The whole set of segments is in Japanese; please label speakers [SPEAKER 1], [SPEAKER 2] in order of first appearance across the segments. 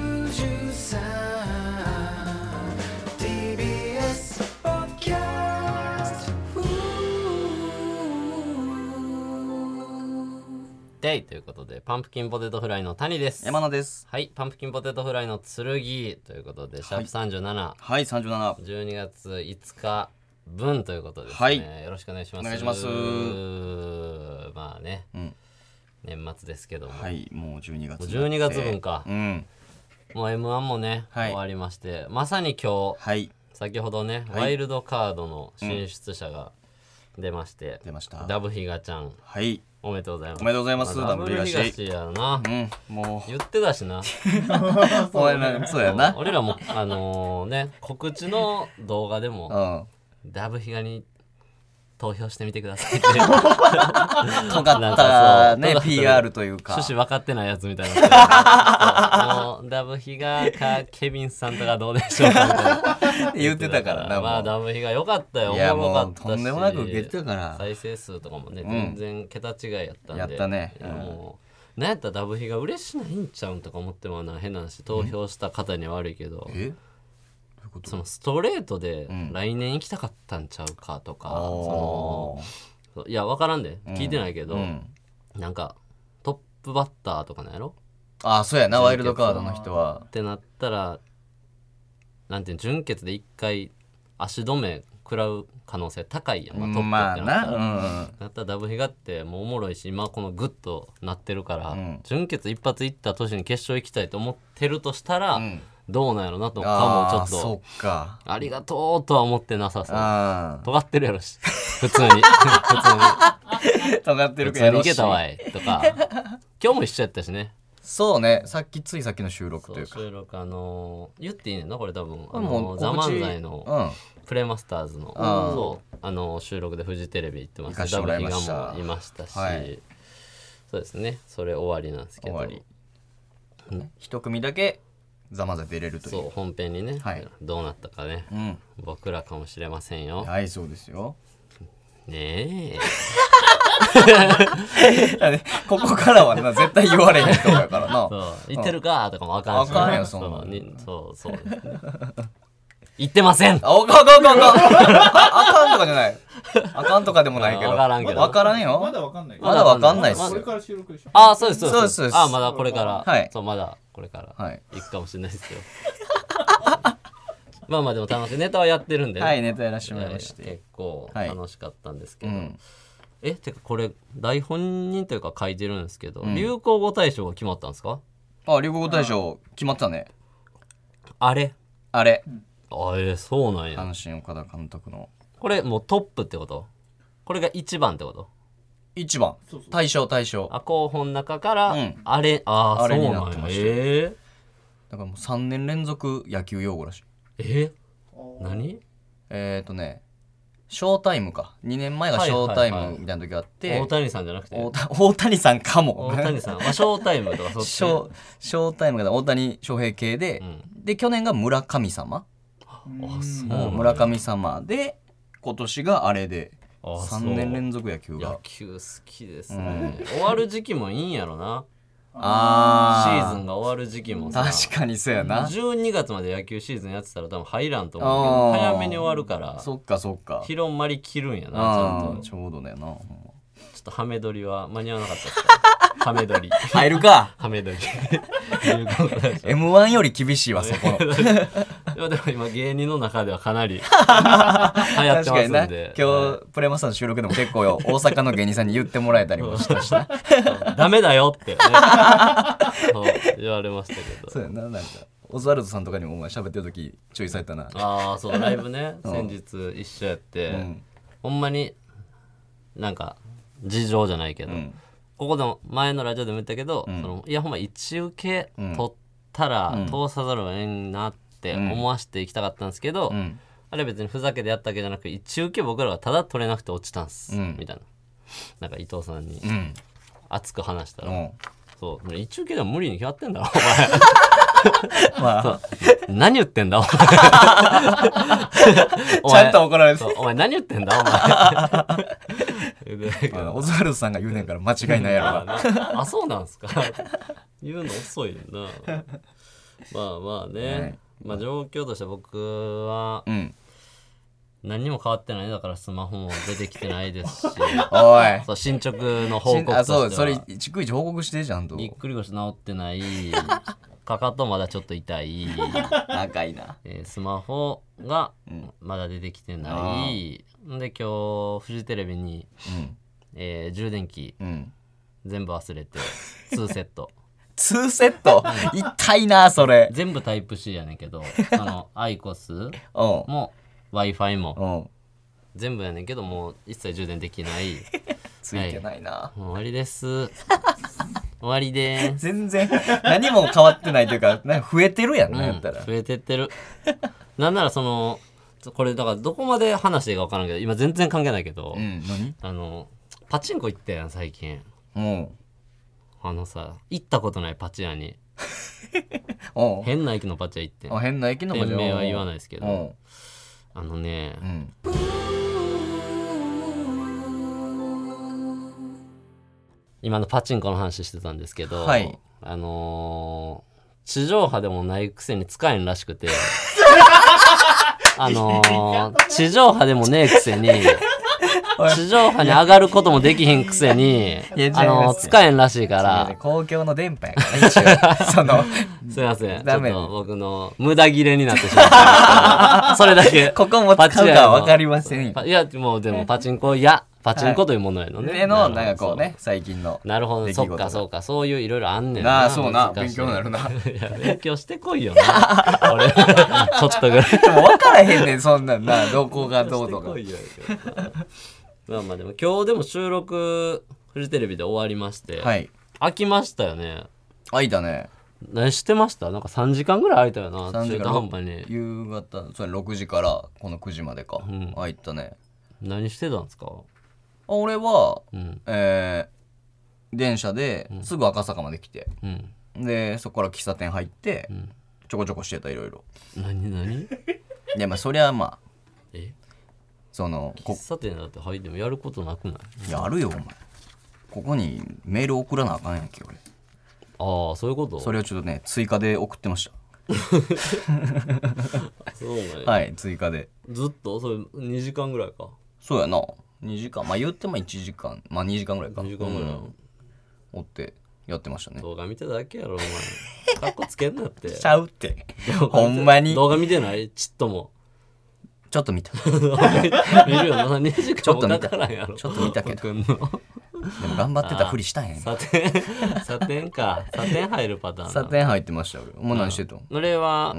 [SPEAKER 1] 53 TBS ポッドキャスト
[SPEAKER 2] デイということで、パンプキンポテトフライの谷です。
[SPEAKER 3] 山名です。
[SPEAKER 2] はい、パンプキンポテトフライの剣ということで、シャープ37、
[SPEAKER 3] はい、三十七。
[SPEAKER 2] 12月5日分ということですね。
[SPEAKER 3] はい
[SPEAKER 2] よろしくお願いします。
[SPEAKER 3] お願いします
[SPEAKER 2] まあね、
[SPEAKER 3] うん
[SPEAKER 2] 年末ですけども、
[SPEAKER 3] はい、もう十二月。
[SPEAKER 2] もう12月分か
[SPEAKER 3] うん。
[SPEAKER 2] もう M1 もね、
[SPEAKER 3] はい
[SPEAKER 2] 終わりまして、まさに今日、
[SPEAKER 3] はい。
[SPEAKER 2] 先ほどね、
[SPEAKER 3] はい
[SPEAKER 2] ワイルドカードの進出者が出まして、
[SPEAKER 3] 出ました。
[SPEAKER 2] ダブヒガちゃん、
[SPEAKER 3] はい。
[SPEAKER 2] おめでとうございます。
[SPEAKER 3] おめでとうございます
[SPEAKER 2] あダブル
[SPEAKER 3] ダブヒガシ
[SPEAKER 2] 東やな。
[SPEAKER 3] うん。も
[SPEAKER 2] 言ってたしな。
[SPEAKER 3] う。そうやな。そうやな。
[SPEAKER 2] 俺らもあのね告知の動画でも
[SPEAKER 3] う
[SPEAKER 2] ダブヒガに投票してみてくださいって趣
[SPEAKER 3] ん。尖っ
[SPEAKER 2] なんかそ
[SPEAKER 3] た
[SPEAKER 2] う尖っ
[SPEAKER 3] ね
[SPEAKER 2] た、
[SPEAKER 3] PR というか。
[SPEAKER 2] 旨分かってないやつみたいなもうダブヒガかケビンさんとかどうでしょうかみたいな
[SPEAKER 3] 言ってたからな。
[SPEAKER 2] まあダ
[SPEAKER 3] も
[SPEAKER 2] ブヒガ良かったよ
[SPEAKER 3] うい
[SPEAKER 2] お
[SPEAKER 3] や、
[SPEAKER 2] もろ
[SPEAKER 3] も
[SPEAKER 2] かっ
[SPEAKER 3] う
[SPEAKER 2] たし
[SPEAKER 3] とんでもなく受けてたから。
[SPEAKER 2] 再生数とかもね
[SPEAKER 3] ん
[SPEAKER 2] 全然桁違いやったんで
[SPEAKER 3] やったね
[SPEAKER 2] いや
[SPEAKER 3] うん
[SPEAKER 2] もうなんやったらダブヒガ嬉しないんちゃうんとか思ってもな変な話投票した方には悪いけど
[SPEAKER 3] え？
[SPEAKER 2] そのストレートで
[SPEAKER 3] ん
[SPEAKER 2] 来年行きたかったんちゃうかとか、
[SPEAKER 3] おー
[SPEAKER 2] そのいや分からんで聞いてないけど、
[SPEAKER 3] うん。
[SPEAKER 2] なんかトップバッターとかなんやろ
[SPEAKER 3] あ、そうやな。ワイルドカードの人は
[SPEAKER 2] っ。てなったらなんていうの準決で一回足止め食らう可能性高いやん、トップ
[SPEAKER 3] まあ
[SPEAKER 2] ってなったら。
[SPEAKER 3] な。
[SPEAKER 2] なったらダブヒガってもうおもろいし今このグッとなってるから、
[SPEAKER 3] うん
[SPEAKER 2] 準決一発いった年に決勝行きたいと思ってるとしたら、
[SPEAKER 3] うん。うん。
[SPEAKER 2] どうなんやろなとか
[SPEAKER 3] あ
[SPEAKER 2] も
[SPEAKER 3] あ、
[SPEAKER 2] ちょっと
[SPEAKER 3] そっか。
[SPEAKER 2] ありがとうとは思ってなさそう
[SPEAKER 3] ああ。
[SPEAKER 2] 尖ってるやろし普 通に普通
[SPEAKER 3] 尖って
[SPEAKER 2] に
[SPEAKER 3] る
[SPEAKER 2] 普
[SPEAKER 3] け
[SPEAKER 2] 通
[SPEAKER 3] ど。
[SPEAKER 2] にいけたわいとか今日も一緒やったしね
[SPEAKER 3] そうね。さっきついさっきの収録と
[SPEAKER 2] そ
[SPEAKER 3] いううか。
[SPEAKER 2] 収録あのー言っていいねんなこれ多分あ
[SPEAKER 3] も
[SPEAKER 2] の
[SPEAKER 3] う
[SPEAKER 2] ーザ・
[SPEAKER 3] 告知
[SPEAKER 2] 漫才
[SPEAKER 3] う
[SPEAKER 2] の
[SPEAKER 3] ん。
[SPEAKER 2] プレマスターズの
[SPEAKER 3] あー
[SPEAKER 2] そうあのー収録でフジテレビ行ってま
[SPEAKER 3] 行か
[SPEAKER 2] し
[SPEAKER 3] して
[SPEAKER 2] た
[SPEAKER 3] もらいました
[SPEAKER 2] もいましたし、
[SPEAKER 3] はい
[SPEAKER 2] そうですねそれ終わりなんですけ
[SPEAKER 3] 終
[SPEAKER 2] ど
[SPEAKER 3] わり。一組だけざまざ出れるとい。
[SPEAKER 2] そうう本編にね、
[SPEAKER 3] はい
[SPEAKER 2] どうなったかね
[SPEAKER 3] うん。
[SPEAKER 2] 僕らかもしれませんよ
[SPEAKER 3] はい、そうですよ。
[SPEAKER 2] ねえ
[SPEAKER 3] ここからは な、絶対言われへんとこやからな。
[SPEAKER 2] そう言ってるかとかもあかんし、
[SPEAKER 3] あかんよそんなん
[SPEAKER 2] うにそうそうですね言ってません
[SPEAKER 3] あ、おかんあかんあかんあかんあかんとかじゃない。あかんとかでもないけど。
[SPEAKER 2] わからんけど
[SPEAKER 3] わからん
[SPEAKER 4] ま
[SPEAKER 3] よ。
[SPEAKER 4] だわかんないけど
[SPEAKER 3] まだわかんないっす
[SPEAKER 4] これ
[SPEAKER 3] よ。
[SPEAKER 4] から収録でしょ
[SPEAKER 2] あそうですそう
[SPEAKER 3] そう
[SPEAKER 2] で
[SPEAKER 3] ですすそうです
[SPEAKER 2] あまだこれから、
[SPEAKER 3] はい
[SPEAKER 2] そうまだこれから、
[SPEAKER 3] はい。
[SPEAKER 2] 行くかもしれないですよ まあまあでも楽しいネタはやってるんで、
[SPEAKER 3] はい、ネタやらしてもらいまし
[SPEAKER 2] 結
[SPEAKER 3] て。
[SPEAKER 2] 構
[SPEAKER 3] はい
[SPEAKER 2] 楽しかったんですけ
[SPEAKER 3] う
[SPEAKER 2] ど、
[SPEAKER 3] ん。
[SPEAKER 2] えてかこれ台本にというか書いてるんですけど、
[SPEAKER 3] ん
[SPEAKER 2] 流行語大賞が決まったんですか
[SPEAKER 3] あ、流行語大賞決まったね。
[SPEAKER 2] あれ
[SPEAKER 3] あれ。
[SPEAKER 2] あえーそうなんや
[SPEAKER 3] 阪神岡田監督の
[SPEAKER 2] これもうトップってことこれが一番ってこと
[SPEAKER 3] 一番
[SPEAKER 4] そうそう。
[SPEAKER 3] 大賞大賞。
[SPEAKER 2] あ候補の中から、
[SPEAKER 3] うん
[SPEAKER 2] あれああ
[SPEAKER 3] あ
[SPEAKER 2] そう
[SPEAKER 3] れに
[SPEAKER 2] な
[SPEAKER 3] なっ
[SPEAKER 2] ん
[SPEAKER 3] て
[SPEAKER 2] や
[SPEAKER 3] ましたよ
[SPEAKER 2] え
[SPEAKER 3] だからもう3年連続野球用語らしい。
[SPEAKER 2] ー、え
[SPEAKER 4] おー
[SPEAKER 2] 何
[SPEAKER 3] えーとね、ショータイムか。2年前がショータイムみたいな時があって。
[SPEAKER 2] 大谷さんじゃなくて
[SPEAKER 3] 大谷大谷さんかも
[SPEAKER 2] 大谷さん、まあ、ショータイムとかそっち
[SPEAKER 3] ショーショータイムが大谷翔平系で、
[SPEAKER 2] うん
[SPEAKER 3] で去年が村神様、
[SPEAKER 2] あそう
[SPEAKER 3] もう
[SPEAKER 2] なんや
[SPEAKER 3] 村神様で今年があれで
[SPEAKER 2] あそう
[SPEAKER 3] 3年連続野球
[SPEAKER 2] 野
[SPEAKER 3] が
[SPEAKER 2] 球好きですね、終わる時期もいいんやろなシ
[SPEAKER 3] あ
[SPEAKER 2] ーズンが終わる時期もさ
[SPEAKER 3] 確かにそうやな
[SPEAKER 2] 12月まで野球シーズンやってたら多分入らんと思うけ
[SPEAKER 3] あ
[SPEAKER 2] ど
[SPEAKER 3] ー
[SPEAKER 2] 早めに終わるから
[SPEAKER 3] そっかそっか
[SPEAKER 2] 広まりきるんやなちゃ
[SPEAKER 3] あ
[SPEAKER 2] んと
[SPEAKER 3] ー
[SPEAKER 2] ち
[SPEAKER 3] ち
[SPEAKER 2] ょ
[SPEAKER 3] ょうどだよなほんま
[SPEAKER 2] っとハメ撮りは間に合わなかったですね ハメ撮り
[SPEAKER 3] 入るか
[SPEAKER 2] ハメ撮り流行語大賞
[SPEAKER 3] m 1より厳しいわそこの
[SPEAKER 2] い やでも今芸人の中ではかな り流行って
[SPEAKER 3] 確か
[SPEAKER 2] ま
[SPEAKER 3] に
[SPEAKER 2] すん
[SPEAKER 3] な
[SPEAKER 2] で
[SPEAKER 3] 今日プレマスターの収録でも結構よ大阪の芸人さんに言ってもらえたりも したしな
[SPEAKER 2] ダメだよってね そう言われましたけど
[SPEAKER 3] そうやななんかオズワルドさんとかにもお前喋ってる時注意されたな
[SPEAKER 2] ああそうライブね
[SPEAKER 3] う
[SPEAKER 2] 先
[SPEAKER 3] ん
[SPEAKER 2] 日一緒やって、
[SPEAKER 3] うん
[SPEAKER 2] ほんまになんか事情じゃないけど、
[SPEAKER 3] うん
[SPEAKER 2] ここでも前のラジオでも言ったけど、
[SPEAKER 3] ん
[SPEAKER 2] そのいやほんま一受け取ったら、
[SPEAKER 3] うん
[SPEAKER 2] 通さざるをえんなって思わせていきたかったんですけど、
[SPEAKER 3] うん
[SPEAKER 2] あれ別にふざけてやったわけじゃなく一受け僕らはただ取れなくて落ちたんす、
[SPEAKER 3] うん
[SPEAKER 2] みたいななんか伊藤さんに
[SPEAKER 3] うん
[SPEAKER 2] 熱く話したら、
[SPEAKER 3] うん
[SPEAKER 2] そう一受けでも無理に決まってんだろ
[SPEAKER 3] まあ
[SPEAKER 2] お前何言ってんだお前お
[SPEAKER 3] ち
[SPEAKER 2] 前
[SPEAKER 3] ゃんと怒られて
[SPEAKER 2] そうお前何言ってん だ お前で
[SPEAKER 3] まあオズワルドさんが言うねんから間違いないやろな
[SPEAKER 2] あそうなんすか言うの遅いなまあまあね、まあ状況として僕は
[SPEAKER 3] うん。
[SPEAKER 2] 何にも変わってないだからスマホも出てきてない ですし
[SPEAKER 3] おい。
[SPEAKER 2] そう進捗の報告と
[SPEAKER 3] あ、
[SPEAKER 2] しては
[SPEAKER 3] そう、それ、逐一報告して、ちゃんと。
[SPEAKER 2] ぎっくり腰治って ないかかとまだちょっと痛い、
[SPEAKER 3] 仲いいな。
[SPEAKER 2] えースマホがまだ出てきてない、で今日フジテレビに、えー充電器
[SPEAKER 3] うん。
[SPEAKER 2] 全部忘れて2 セット
[SPEAKER 3] 2セット痛いな、それ。
[SPEAKER 2] 全部タイプ C やねん けどそのアイコス
[SPEAKER 3] うん。
[SPEAKER 2] も w i f i も
[SPEAKER 3] うん。
[SPEAKER 2] 全部やねんけどもう一切充電できない
[SPEAKER 3] ついてないな。
[SPEAKER 2] もう終わりです終わりでーす
[SPEAKER 3] 全然、何も変わってないというか、なんか増えてるやん、
[SPEAKER 2] う
[SPEAKER 3] なんや
[SPEAKER 2] ん
[SPEAKER 3] ったら
[SPEAKER 2] 増。えてってるなんならそのこれだからどこまで話していいか分からんけど今全然関係ないけど、
[SPEAKER 3] うん、何
[SPEAKER 2] あのパチンコ行ったやん最近
[SPEAKER 3] うん。
[SPEAKER 2] あのさ行ったことないパチ屋に
[SPEAKER 3] お
[SPEAKER 2] 変な駅のパチ屋行ってん
[SPEAKER 3] あ変な駅の
[SPEAKER 2] 店名は言わない
[SPEAKER 3] い
[SPEAKER 2] ですけ
[SPEAKER 3] け
[SPEAKER 2] どあのね
[SPEAKER 3] うん。
[SPEAKER 2] 今のパチンコの話してたんですけど、
[SPEAKER 3] はい
[SPEAKER 2] あのー地上波でもないくせに使えんらしく てあのー地上波でもねえくせに
[SPEAKER 3] おい
[SPEAKER 2] 地上波に上がることもできへんくせに
[SPEAKER 3] いや違います
[SPEAKER 2] あのー使えんらしいから
[SPEAKER 3] 公共の電波やからね、 一応。その、
[SPEAKER 2] すいませんちょ
[SPEAKER 3] ダ
[SPEAKER 2] っ
[SPEAKER 3] メ
[SPEAKER 2] と僕の無駄切れになってしまったんですけど それだけ
[SPEAKER 3] ここも使うかわかりませんよ。
[SPEAKER 2] パいやもうでもパチンコやパチンコというものやのね、
[SPEAKER 3] での、なんかこうね、最近の。
[SPEAKER 2] なるほど
[SPEAKER 3] 出来
[SPEAKER 2] そ
[SPEAKER 3] 事
[SPEAKER 2] っ
[SPEAKER 3] が
[SPEAKER 2] かそうかそういういろいろあんねん
[SPEAKER 3] なあ、そうな、
[SPEAKER 2] 難
[SPEAKER 3] 勉
[SPEAKER 2] しい
[SPEAKER 3] 強になるな。で
[SPEAKER 2] いや勉強してこいよな 俺ちょっとぐらい
[SPEAKER 3] も分からへんねん、そんなんな、どこがど うとか。
[SPEAKER 2] まあまあでも今日でも収録フジテレビで終わりまして、
[SPEAKER 3] はい。
[SPEAKER 2] 飽きましたよね
[SPEAKER 3] あ、いたね。
[SPEAKER 2] 何してましたなんか3時間ぐらい空いたよな
[SPEAKER 3] 3
[SPEAKER 2] 中
[SPEAKER 3] 時か
[SPEAKER 2] 途
[SPEAKER 3] ら
[SPEAKER 2] 半端に
[SPEAKER 3] 夕方、それ6時からこの9時までか。あ、いたね。
[SPEAKER 2] 何してたんですか
[SPEAKER 3] あ俺は、
[SPEAKER 2] うん
[SPEAKER 3] えー電車ですぐ赤坂まで来て、
[SPEAKER 2] うん
[SPEAKER 3] でそこから喫茶店入って、ちょこちょこしてたいろいろ
[SPEAKER 2] 何何
[SPEAKER 3] でまあそりゃまあ
[SPEAKER 2] え
[SPEAKER 3] そのこ
[SPEAKER 2] 喫茶店だって入ってもやることなくない
[SPEAKER 3] いやあるよお前ここにメール送らなあかんやんけ俺
[SPEAKER 2] ああそういうこと
[SPEAKER 3] それをちょっとね追加で送ってまし
[SPEAKER 2] そうなんや
[SPEAKER 3] たはい追加で
[SPEAKER 2] ずっとそれ2時間ぐらいか
[SPEAKER 3] そうやな2時間まあ言っても1時間まあ2時間ぐらいか
[SPEAKER 2] 2時間ぐらい、
[SPEAKER 3] うんおってやってましたね
[SPEAKER 2] 動画見てただけやろお前かっこつけんなって
[SPEAKER 3] ちゃうってほんまに
[SPEAKER 2] 動画見てないちっと も
[SPEAKER 3] ちょっと見た
[SPEAKER 2] 見るよな2時
[SPEAKER 3] ち
[SPEAKER 2] 間
[SPEAKER 3] ょ
[SPEAKER 2] も
[SPEAKER 3] っと
[SPEAKER 2] か
[SPEAKER 3] 見た
[SPEAKER 2] からんやろ
[SPEAKER 3] ちょっと見たけど
[SPEAKER 2] 送んの
[SPEAKER 3] でも頑張ってたふりしたんやん
[SPEAKER 2] サテンサテンかサテン入るパターン
[SPEAKER 3] サテン入ってました俺もう何してたの
[SPEAKER 2] それは、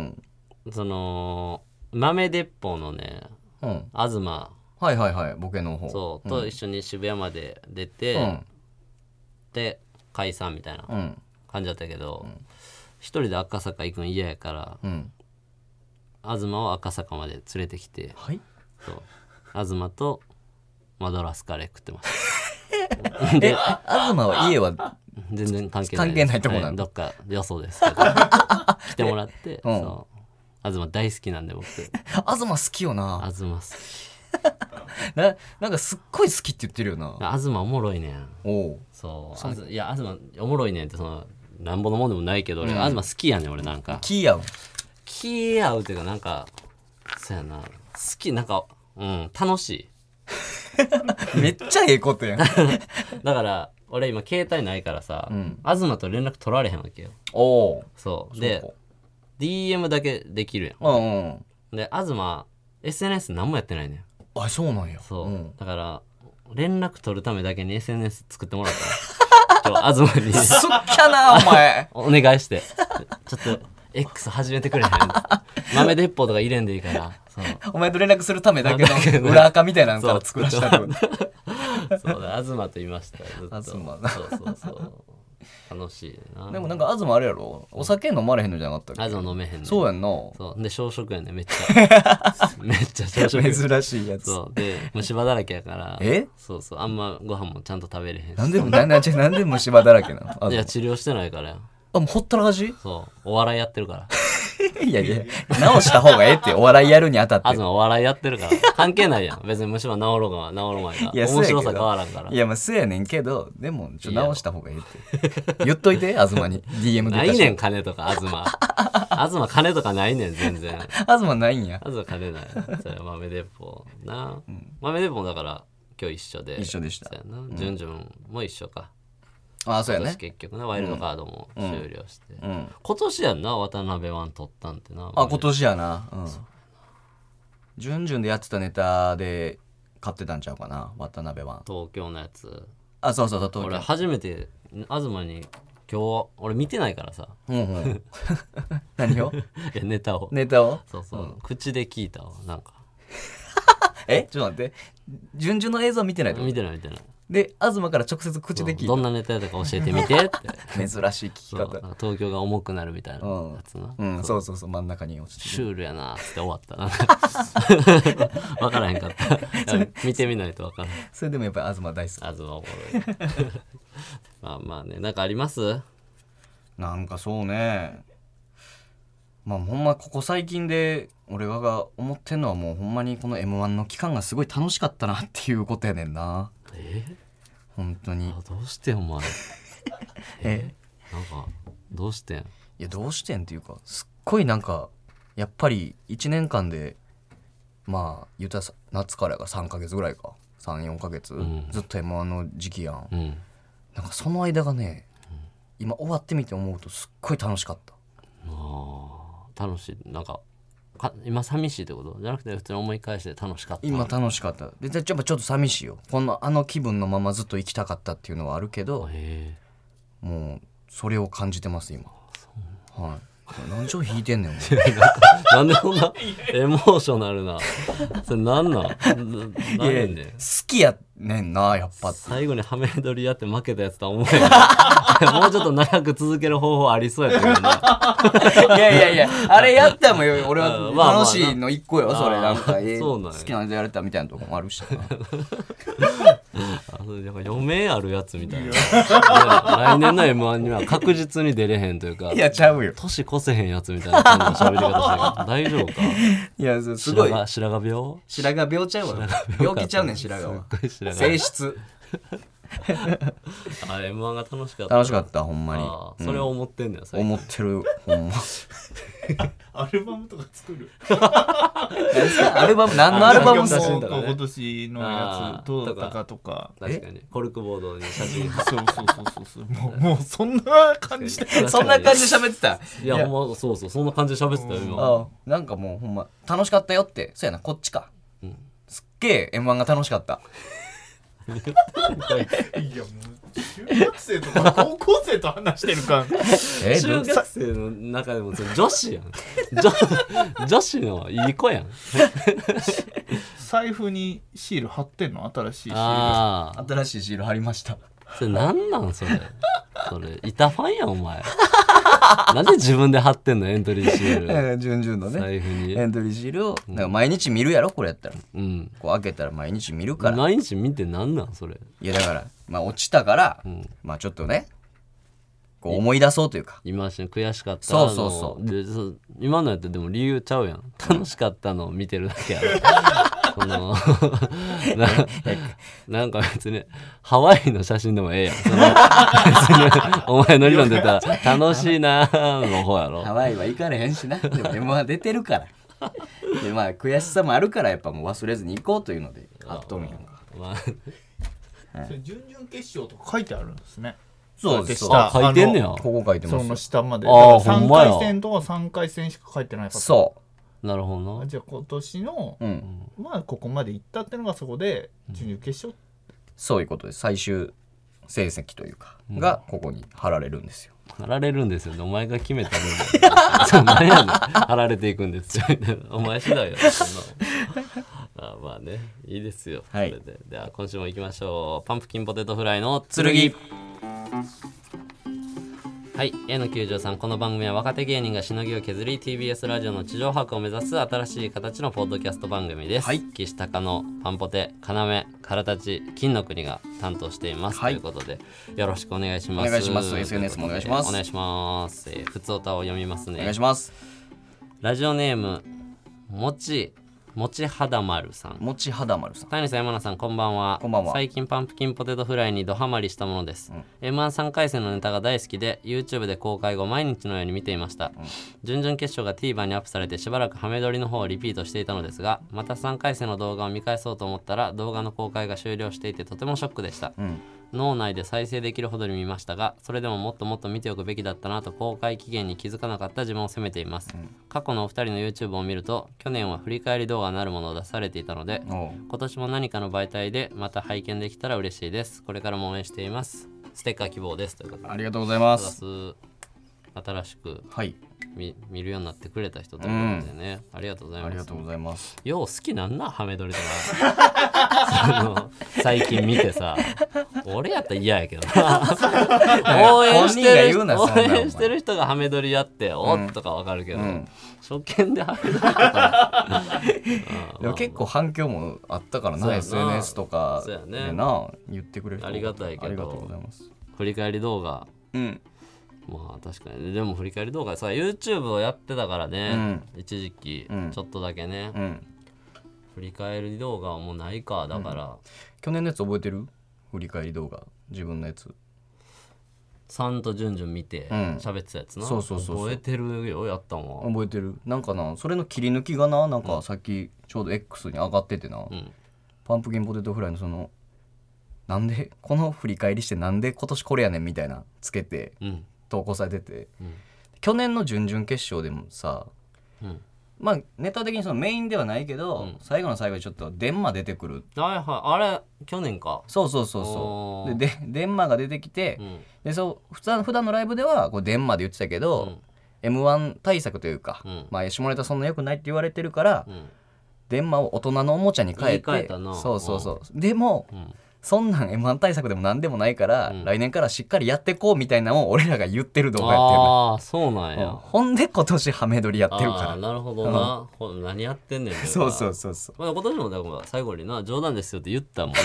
[SPEAKER 2] その豆鉄砲のね
[SPEAKER 3] うん
[SPEAKER 2] 東
[SPEAKER 3] はいはいはいボケの方
[SPEAKER 2] そうと一緒に渋谷まで出て、
[SPEAKER 3] ん
[SPEAKER 2] で解散みたいな
[SPEAKER 3] うん
[SPEAKER 2] 感じだったけど、一人で赤坂行くの嫌やから
[SPEAKER 3] うん
[SPEAKER 2] 東を赤坂まで連れてきて
[SPEAKER 3] はい
[SPEAKER 2] そう東とマドラスカレー食って ました
[SPEAKER 3] え東は家は
[SPEAKER 2] 全然関係ない
[SPEAKER 3] 関係ないとこなんだ
[SPEAKER 2] はいどっかよそうですけど 来てもらって、
[SPEAKER 3] うん
[SPEAKER 2] そう東大好きなんで僕
[SPEAKER 3] 東好きよな
[SPEAKER 2] 東好き
[SPEAKER 3] ななんかすっごい好きって言ってるよな
[SPEAKER 2] 東おもろいねん
[SPEAKER 3] おう
[SPEAKER 2] そうあずいや東おもろいねんってそのなんぼのもんでもないけど俺、東好きやねん俺なんか
[SPEAKER 3] キーやん
[SPEAKER 2] 気合うっていうかなんかそうやな好きなんかうん楽しい
[SPEAKER 3] めっちゃええこ とやん
[SPEAKER 2] だから俺今携帯ないからさ、東と連絡取られへんわけよ
[SPEAKER 3] おう
[SPEAKER 2] そうで
[SPEAKER 3] そう
[SPEAKER 2] DM だけできるやん
[SPEAKER 3] うんうん
[SPEAKER 2] で東 SNS 何もやってないねん
[SPEAKER 3] あそうなんや
[SPEAKER 2] そう、
[SPEAKER 3] ん
[SPEAKER 2] だから連絡取るためだけに SNS 作ってもらったの今日東に
[SPEAKER 3] すっきゃな お前
[SPEAKER 2] お願いしてちょっと X 始めてくれへん豆鉄砲とか入れんでいいからそう
[SPEAKER 3] お前と連絡するためだけの裏垢みたいなのから作らしたってこと
[SPEAKER 2] そうだ東と言いましたずっと
[SPEAKER 3] 東
[SPEAKER 2] そうそうそう楽しいな
[SPEAKER 3] でもなんか東あれやろお酒飲まれへんのじゃなかったっけ
[SPEAKER 2] 東飲めへんねん
[SPEAKER 3] そうやんな
[SPEAKER 2] そうで小食やねんめっちゃ めっちゃ小食
[SPEAKER 3] 珍しいやつ
[SPEAKER 2] そうで虫歯だらけやから
[SPEAKER 3] え
[SPEAKER 2] そうそうあんまご飯もちゃんと食べれへんし
[SPEAKER 3] なんでなななんで虫歯だらけなの東
[SPEAKER 2] いや治療してないからよ
[SPEAKER 3] あ、もうほったらかし
[SPEAKER 2] そうお笑いやってるから
[SPEAKER 3] いやいや、直した方がええって、お笑いやるにあたって。
[SPEAKER 2] 東お笑いやってるから関係ないやん別に虫歯治ろうが治るまいが
[SPEAKER 3] いや、
[SPEAKER 2] 面
[SPEAKER 3] そう
[SPEAKER 2] 白
[SPEAKER 3] やけ
[SPEAKER 2] さ
[SPEAKER 3] ど
[SPEAKER 2] 変わらんから
[SPEAKER 3] いや、まあ、そうやねんけど、でも、ちょ、直した方がええって。言っといて、東に。DM で。
[SPEAKER 2] ないねん金とか東 東金とかないねん全然
[SPEAKER 3] 東ないんや。
[SPEAKER 2] 東金ないそれは豆鉄砲な、豆鉄砲だから今日一緒で
[SPEAKER 3] 一緒でした
[SPEAKER 2] そうやなジュンジュンも一緒か、
[SPEAKER 3] あ、そうやね
[SPEAKER 2] 私。結局なワイルドカードも終了して、
[SPEAKER 3] うん。
[SPEAKER 2] 今年やんな渡辺ワン取ったんてな
[SPEAKER 3] あ、今年やな。うん。ジュンジュンでやってたネタで買ってたんちゃうかな、渡辺は。
[SPEAKER 2] 東京のやつ
[SPEAKER 3] あ、そうそうそう、
[SPEAKER 2] 俺
[SPEAKER 3] 東
[SPEAKER 2] 初めて東に今日俺見てないからさ
[SPEAKER 3] 京。うん うん。何を
[SPEAKER 2] いやネタを、
[SPEAKER 3] ネタを
[SPEAKER 2] そうそう、口で聞いたわなんか
[SPEAKER 3] えちょっと待って。ジュンジュンの映像見てないってこと
[SPEAKER 2] 見てない見てない
[SPEAKER 3] で、東から直接口で聞い
[SPEAKER 2] どんなネタやったか教えてみて って
[SPEAKER 3] た。珍しい聞き
[SPEAKER 2] そう
[SPEAKER 3] 方。
[SPEAKER 2] なんか東京が重くなるみたいな
[SPEAKER 3] うん
[SPEAKER 2] やつな、
[SPEAKER 3] うん、そうそうそう、真ん中に落ちて
[SPEAKER 2] シュールやなーっつって終わったな 分からへんかった 見てみないと分からへん
[SPEAKER 3] る。それでもやっぱり東大好き。
[SPEAKER 2] あずまおもろい まあまあねなんかあります
[SPEAKER 3] なんかそうねまあほんまここ最近で俺がが思ってんのはもうほんまにこの m 1の期間がすごい楽しかったなっていうことやねんな
[SPEAKER 2] え
[SPEAKER 3] 本当に
[SPEAKER 2] あどうしてんお前
[SPEAKER 3] え
[SPEAKER 2] なんかどうしてん
[SPEAKER 3] いやどうしてんっていうかすっごいなんかやっぱり1年間でまあ言うたらさ夏からが3ヶ月ぐらいか34ヶ月、
[SPEAKER 2] ん
[SPEAKER 3] ずっと m 1の時期やん
[SPEAKER 2] うん
[SPEAKER 3] なんかその間がね今終わってみて思うとすっごい楽しかった
[SPEAKER 2] あー楽しいなんかか今寂しいってことじゃなくて普通に思い返して楽しかった
[SPEAKER 3] 今楽しかったででやっぱちょっと寂しいよこのあの気分のままずっと生きたかったっていうのはあるけど
[SPEAKER 2] へえ
[SPEAKER 3] もうそれを感じてます今はい何兆引いてんねんお前
[SPEAKER 2] なんでそんなエモーショナルなそれなんなんななんやねん
[SPEAKER 3] 好きやねんなやっぱ
[SPEAKER 2] 最後にハメ撮りやって負けたやつとは思えない もうちょっと長く続ける方法ありそうやけどない
[SPEAKER 3] やいやいや あれやったもんよ俺
[SPEAKER 2] あーまあまあな
[SPEAKER 3] の一個よ
[SPEAKER 2] あーそうなんや
[SPEAKER 3] なネタやれたみたいなとこもあるしな
[SPEAKER 2] あのなんか余命あるやつみたいないや来年の m 1には確実に出れへんというか
[SPEAKER 3] いやちゃうよ
[SPEAKER 2] 年越せへんやつみたいな感じの喋り方してる大丈夫か
[SPEAKER 3] いやそう す
[SPEAKER 2] 白髪白髪病
[SPEAKER 3] 白髪病ちゃうわ病気ちゃうねん白髪は
[SPEAKER 2] すっごい白
[SPEAKER 3] 性
[SPEAKER 2] 髪
[SPEAKER 3] 質
[SPEAKER 2] あ m 1が楽しかった
[SPEAKER 3] 楽しかったほんまに
[SPEAKER 2] あーそれを思ってんだよ最近
[SPEAKER 3] 思ってるほんま
[SPEAKER 4] アルバムとか作る
[SPEAKER 3] アルバム 何のアルバムっす
[SPEAKER 4] 作
[SPEAKER 2] 写
[SPEAKER 4] る
[SPEAKER 2] 真とかね
[SPEAKER 4] 今年のや
[SPEAKER 2] あー
[SPEAKER 4] つどうだったかとか
[SPEAKER 2] 確かにコルクボードに写
[SPEAKER 4] そう
[SPEAKER 2] 真
[SPEAKER 4] そうそうそうもうもうそんな感じで
[SPEAKER 3] そんな感じで喋ってた
[SPEAKER 2] いやほんまそうそうそんな感じで喋ってたよ今
[SPEAKER 3] あなんかもうほんま楽しかったよってそうやなこっちか、
[SPEAKER 2] ん
[SPEAKER 3] すっげえ m 1が楽しかった
[SPEAKER 4] いやもう中学生とか高校生と話してる感
[SPEAKER 3] えーど
[SPEAKER 2] 中
[SPEAKER 3] う
[SPEAKER 2] 学生の中でもそれ女子 やん女女子のいい子やん
[SPEAKER 4] 財布にシール貼ってんの新しいシー
[SPEAKER 2] ああ
[SPEAKER 3] 新しいシール貼りました
[SPEAKER 2] それなんなんそれそれ板ファンやんお前なんで自分で貼ってんのエントリーシ ール
[SPEAKER 3] えー順々のね
[SPEAKER 2] 財布
[SPEAKER 3] エ
[SPEAKER 2] に
[SPEAKER 3] ントリーシールをなんか毎日見るやろこれやったら
[SPEAKER 2] うん
[SPEAKER 3] こう開けたら毎日見るから
[SPEAKER 2] 毎日見てなんなんそれ
[SPEAKER 3] いやだからまあ落ちたから、
[SPEAKER 2] ん
[SPEAKER 3] まあちょっとねこう思い出そうというか
[SPEAKER 2] 今し悔しかった
[SPEAKER 3] そうそうそ
[SPEAKER 2] あ
[SPEAKER 3] う
[SPEAKER 2] のでそ今のやってでも理由ちゃうやん楽しかったのを見てるだけや ろそのななんか別にハワイの写真でもええやんその別にお前の理論出たら楽しいなーの方やろ
[SPEAKER 3] ハワイは行かれへんし なでも m 1出てるからでまあ悔しさもあるからやっぱもう忘れずに行こうというのであっとんやんか
[SPEAKER 2] まあ
[SPEAKER 4] ルそれ準々決勝とか書いてあるんですね
[SPEAKER 3] そうで
[SPEAKER 4] そ
[SPEAKER 3] す
[SPEAKER 4] うでし
[SPEAKER 2] あ
[SPEAKER 4] た
[SPEAKER 2] 書いてんねや
[SPEAKER 3] ここ書いてま
[SPEAKER 4] その
[SPEAKER 3] す
[SPEAKER 4] 下まで
[SPEAKER 2] あーほん
[SPEAKER 4] 3
[SPEAKER 2] まや
[SPEAKER 4] 回戦とは3回戦しか書いてないかった
[SPEAKER 3] そ
[SPEAKER 2] なるほどな
[SPEAKER 4] じゃあ今年の
[SPEAKER 3] ううん
[SPEAKER 4] まあここまで行ったってのがそこで準々決勝
[SPEAKER 3] そういうことです最終成績というか、がここに貼られるんですよ。
[SPEAKER 2] 貼られるんですよねお前が決めたルールやそう何やねん貼られていくんですよ お前次第よそんなのあまあねいいですよ、
[SPEAKER 3] はい
[SPEAKER 2] それででは今週も行きましょうパンプキンポテトフライの
[SPEAKER 3] 剣
[SPEAKER 2] はい A の93この番組は若手芸人がしのぎを削り TBS ラジオの地上波を目指す新しい形のポッドキャスト番組です、
[SPEAKER 3] はい
[SPEAKER 2] 岸高のパンポテ要からたち金の国が担当しています、
[SPEAKER 3] は
[SPEAKER 2] と
[SPEAKER 3] い
[SPEAKER 2] いうことでよろしくお願いします
[SPEAKER 3] お願いします SNS もお願いします
[SPEAKER 2] お願いします。えー、普通歌を読みます
[SPEAKER 3] お願い
[SPEAKER 2] ね
[SPEAKER 3] し。ます。
[SPEAKER 2] ラジオネーム、もちもちはだまるさん
[SPEAKER 3] もちはだまるさん
[SPEAKER 2] 谷さん山名さんこんばんは
[SPEAKER 3] こんばんは
[SPEAKER 2] 最近パンプキンポテトフライにドハマりしたものです、m 1 3回戦のネタが大好きで YouTube で公開後毎日のように見ていました、準々決勝が TVer にアップされてしばらくハメ撮りの方をリピートしていたのですがまた3回戦の動画を見返そうと思ったら動画の公開が終了していてとてもショックでした、
[SPEAKER 3] うん
[SPEAKER 2] 脳内で再生できるほどに見ましたがそれでももっともっと見ておくべきだったなと公開期限に気づかなかった自分を責めています、過去のお二人の YouTube を見ると去年は振り返り動画なるものを出されていたので
[SPEAKER 3] おう
[SPEAKER 2] 今年も何かの媒体でまた拝見できたら嬉しいですこれからも応援していますステッカー希望ですということで
[SPEAKER 3] ありがとうございま
[SPEAKER 2] プラ
[SPEAKER 3] す
[SPEAKER 2] ス新しく
[SPEAKER 3] はい
[SPEAKER 2] 見見るようになってくれた人ということでね、ありがとうござい
[SPEAKER 3] あり
[SPEAKER 2] ま
[SPEAKER 3] が
[SPEAKER 2] す
[SPEAKER 3] とうございます
[SPEAKER 2] よう好きなんなハメ撮りとかその最近見て さ俺やったら嫌やけどな応 援してる
[SPEAKER 3] 本人が言うなそん
[SPEAKER 2] 応
[SPEAKER 3] なん
[SPEAKER 2] 援してる人がハメ撮りやっておっとかわかるけど、
[SPEAKER 3] うん
[SPEAKER 2] 初見でハメ撮りと か
[SPEAKER 3] でも結構反響もあったから
[SPEAKER 2] そう
[SPEAKER 3] な
[SPEAKER 2] やな
[SPEAKER 3] SNS とか
[SPEAKER 2] そうやね
[SPEAKER 3] でな言ってくれる人
[SPEAKER 2] ありがたいけど
[SPEAKER 3] ありがとうございます
[SPEAKER 2] 振り返り動画
[SPEAKER 3] うん
[SPEAKER 2] まあ確かにねでも振り返り動画さ YouTube をやってたからね、一時期
[SPEAKER 3] うん
[SPEAKER 2] ちょっとだけね、
[SPEAKER 3] うん
[SPEAKER 2] 振り返り動画はもうないかだから、
[SPEAKER 3] 去年のやつ覚えてる振り返り動画自分のやつ
[SPEAKER 2] さんとじゅんじゅん見て
[SPEAKER 3] うん
[SPEAKER 2] 喋ってたやつな、
[SPEAKER 3] そうそうそうそう
[SPEAKER 2] 覚えてるよやったもん、
[SPEAKER 3] 覚えてるなんかなそれの切り抜きがななんかさっきちょうど X に上がっててな、
[SPEAKER 2] ん
[SPEAKER 3] パンプキンポテトフライのそのなんでこの振り返りしてなんで今年これやねんみたいなつけて
[SPEAKER 2] うん
[SPEAKER 3] 投稿されてて、
[SPEAKER 2] うん
[SPEAKER 3] 去年の準々決勝でもさ
[SPEAKER 2] うん
[SPEAKER 3] まあネタ的にそのメインではないけど、
[SPEAKER 2] うん
[SPEAKER 3] 最後の最後にちょっとデンマ出てくる
[SPEAKER 2] はいはいあれ去年か
[SPEAKER 3] そうそうそうそ
[SPEAKER 2] おー
[SPEAKER 3] うででデンマが出てきて、
[SPEAKER 2] うん
[SPEAKER 3] でそう普段普段のライブではこうデンマで言ってたけ
[SPEAKER 2] う
[SPEAKER 3] ど
[SPEAKER 2] ん、
[SPEAKER 3] m 1対策というか、
[SPEAKER 2] うん
[SPEAKER 3] まあ、下ネタそんな良くないって言われてるから、
[SPEAKER 2] うん
[SPEAKER 3] デンマを大人のおもちゃに変えて
[SPEAKER 2] 言い換えたな
[SPEAKER 3] そうそうそう、でも
[SPEAKER 2] うん
[SPEAKER 3] そんなん m 1対策でも何でもないから、
[SPEAKER 2] うん
[SPEAKER 3] 来年からしっかりやってこうみたいなのを俺らが言ってる動画やっ
[SPEAKER 2] ああそうなん
[SPEAKER 3] てる
[SPEAKER 2] や、
[SPEAKER 3] の、うんほんで今年ハメ撮りやってる
[SPEAKER 2] ああ
[SPEAKER 3] か
[SPEAKER 2] なるほどな、ほ何やってんねん
[SPEAKER 3] らそうそう
[SPEAKER 2] う
[SPEAKER 3] そうそう
[SPEAKER 2] まあ今年もだから最後にな冗談ですよって言った もんな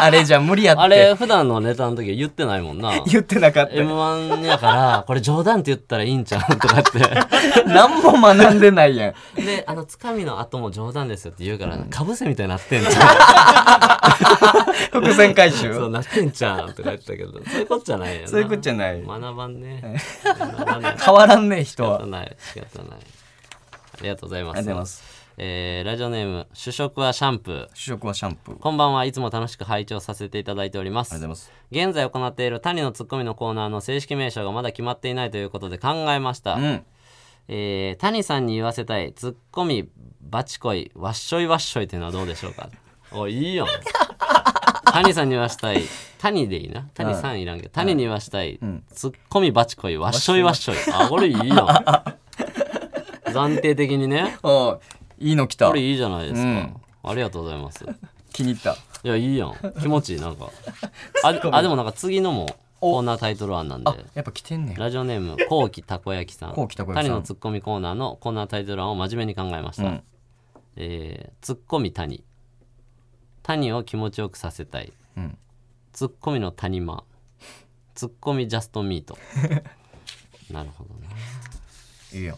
[SPEAKER 3] あれじゃ無理やって
[SPEAKER 2] あれ普段のネタの時は言ってないもんな
[SPEAKER 3] 言ってなかった
[SPEAKER 2] m 1や からこれ冗談って言ったらいいんちゃうとかっ
[SPEAKER 3] 何も学んでないやん
[SPEAKER 2] てであのつかみの後も冗談ですよって言うからかぶせみたいになってんじ ゃ
[SPEAKER 3] 伏線回
[SPEAKER 2] んそう
[SPEAKER 3] 収
[SPEAKER 2] なってんじゃんとか言ってたけどそういうことじゃないよな
[SPEAKER 3] そういうことじゃない
[SPEAKER 2] 学ばんね学ばない
[SPEAKER 3] 変わらんねえ人
[SPEAKER 2] 仕
[SPEAKER 3] は
[SPEAKER 2] 方ない仕方ないありがとうございます
[SPEAKER 3] ありがとうございます
[SPEAKER 2] えーラジオネーム主食はシャンプー
[SPEAKER 3] 主食はシャンプーありがと
[SPEAKER 2] こんばんはいつも楽しく拝聴させていただいております
[SPEAKER 3] うございます
[SPEAKER 2] 現在行っている谷のツッコミのコーナーの正式名称がまだ決まっていないということで考えました、
[SPEAKER 3] うん
[SPEAKER 2] えー谷さんに言わせたいツッコミバチコイわっしょいわっしょいというのはどうでしょうか おいいいよ 谷さんに言わしたい谷でいいな谷さんいらんけど谷に言わしたい、
[SPEAKER 3] ん
[SPEAKER 2] ツッコミバチコイわっしょいわっしょいあこれいいよ 暫定的にね
[SPEAKER 3] あいいの来た
[SPEAKER 2] これいいじゃないですか、
[SPEAKER 3] うん
[SPEAKER 2] ありがとうございます
[SPEAKER 3] 気に入った
[SPEAKER 2] いやいいやん気持ちいいなんかああでもなんか次のもコーナータイトル案なんで
[SPEAKER 3] あやっぱ来てんねや
[SPEAKER 2] ラジオネームこうきたこ焼きさん
[SPEAKER 3] こうきたこ焼
[SPEAKER 2] 谷
[SPEAKER 3] きさん
[SPEAKER 2] のツッコミコーナーのコーナータイトル案を真面目に考えました、
[SPEAKER 3] うん
[SPEAKER 2] えーツッコミ谷谷を気持ちよくさせたい、
[SPEAKER 3] うん
[SPEAKER 2] ツッコミの谷間ツッコミジャストミー トなるほどね
[SPEAKER 3] いいやん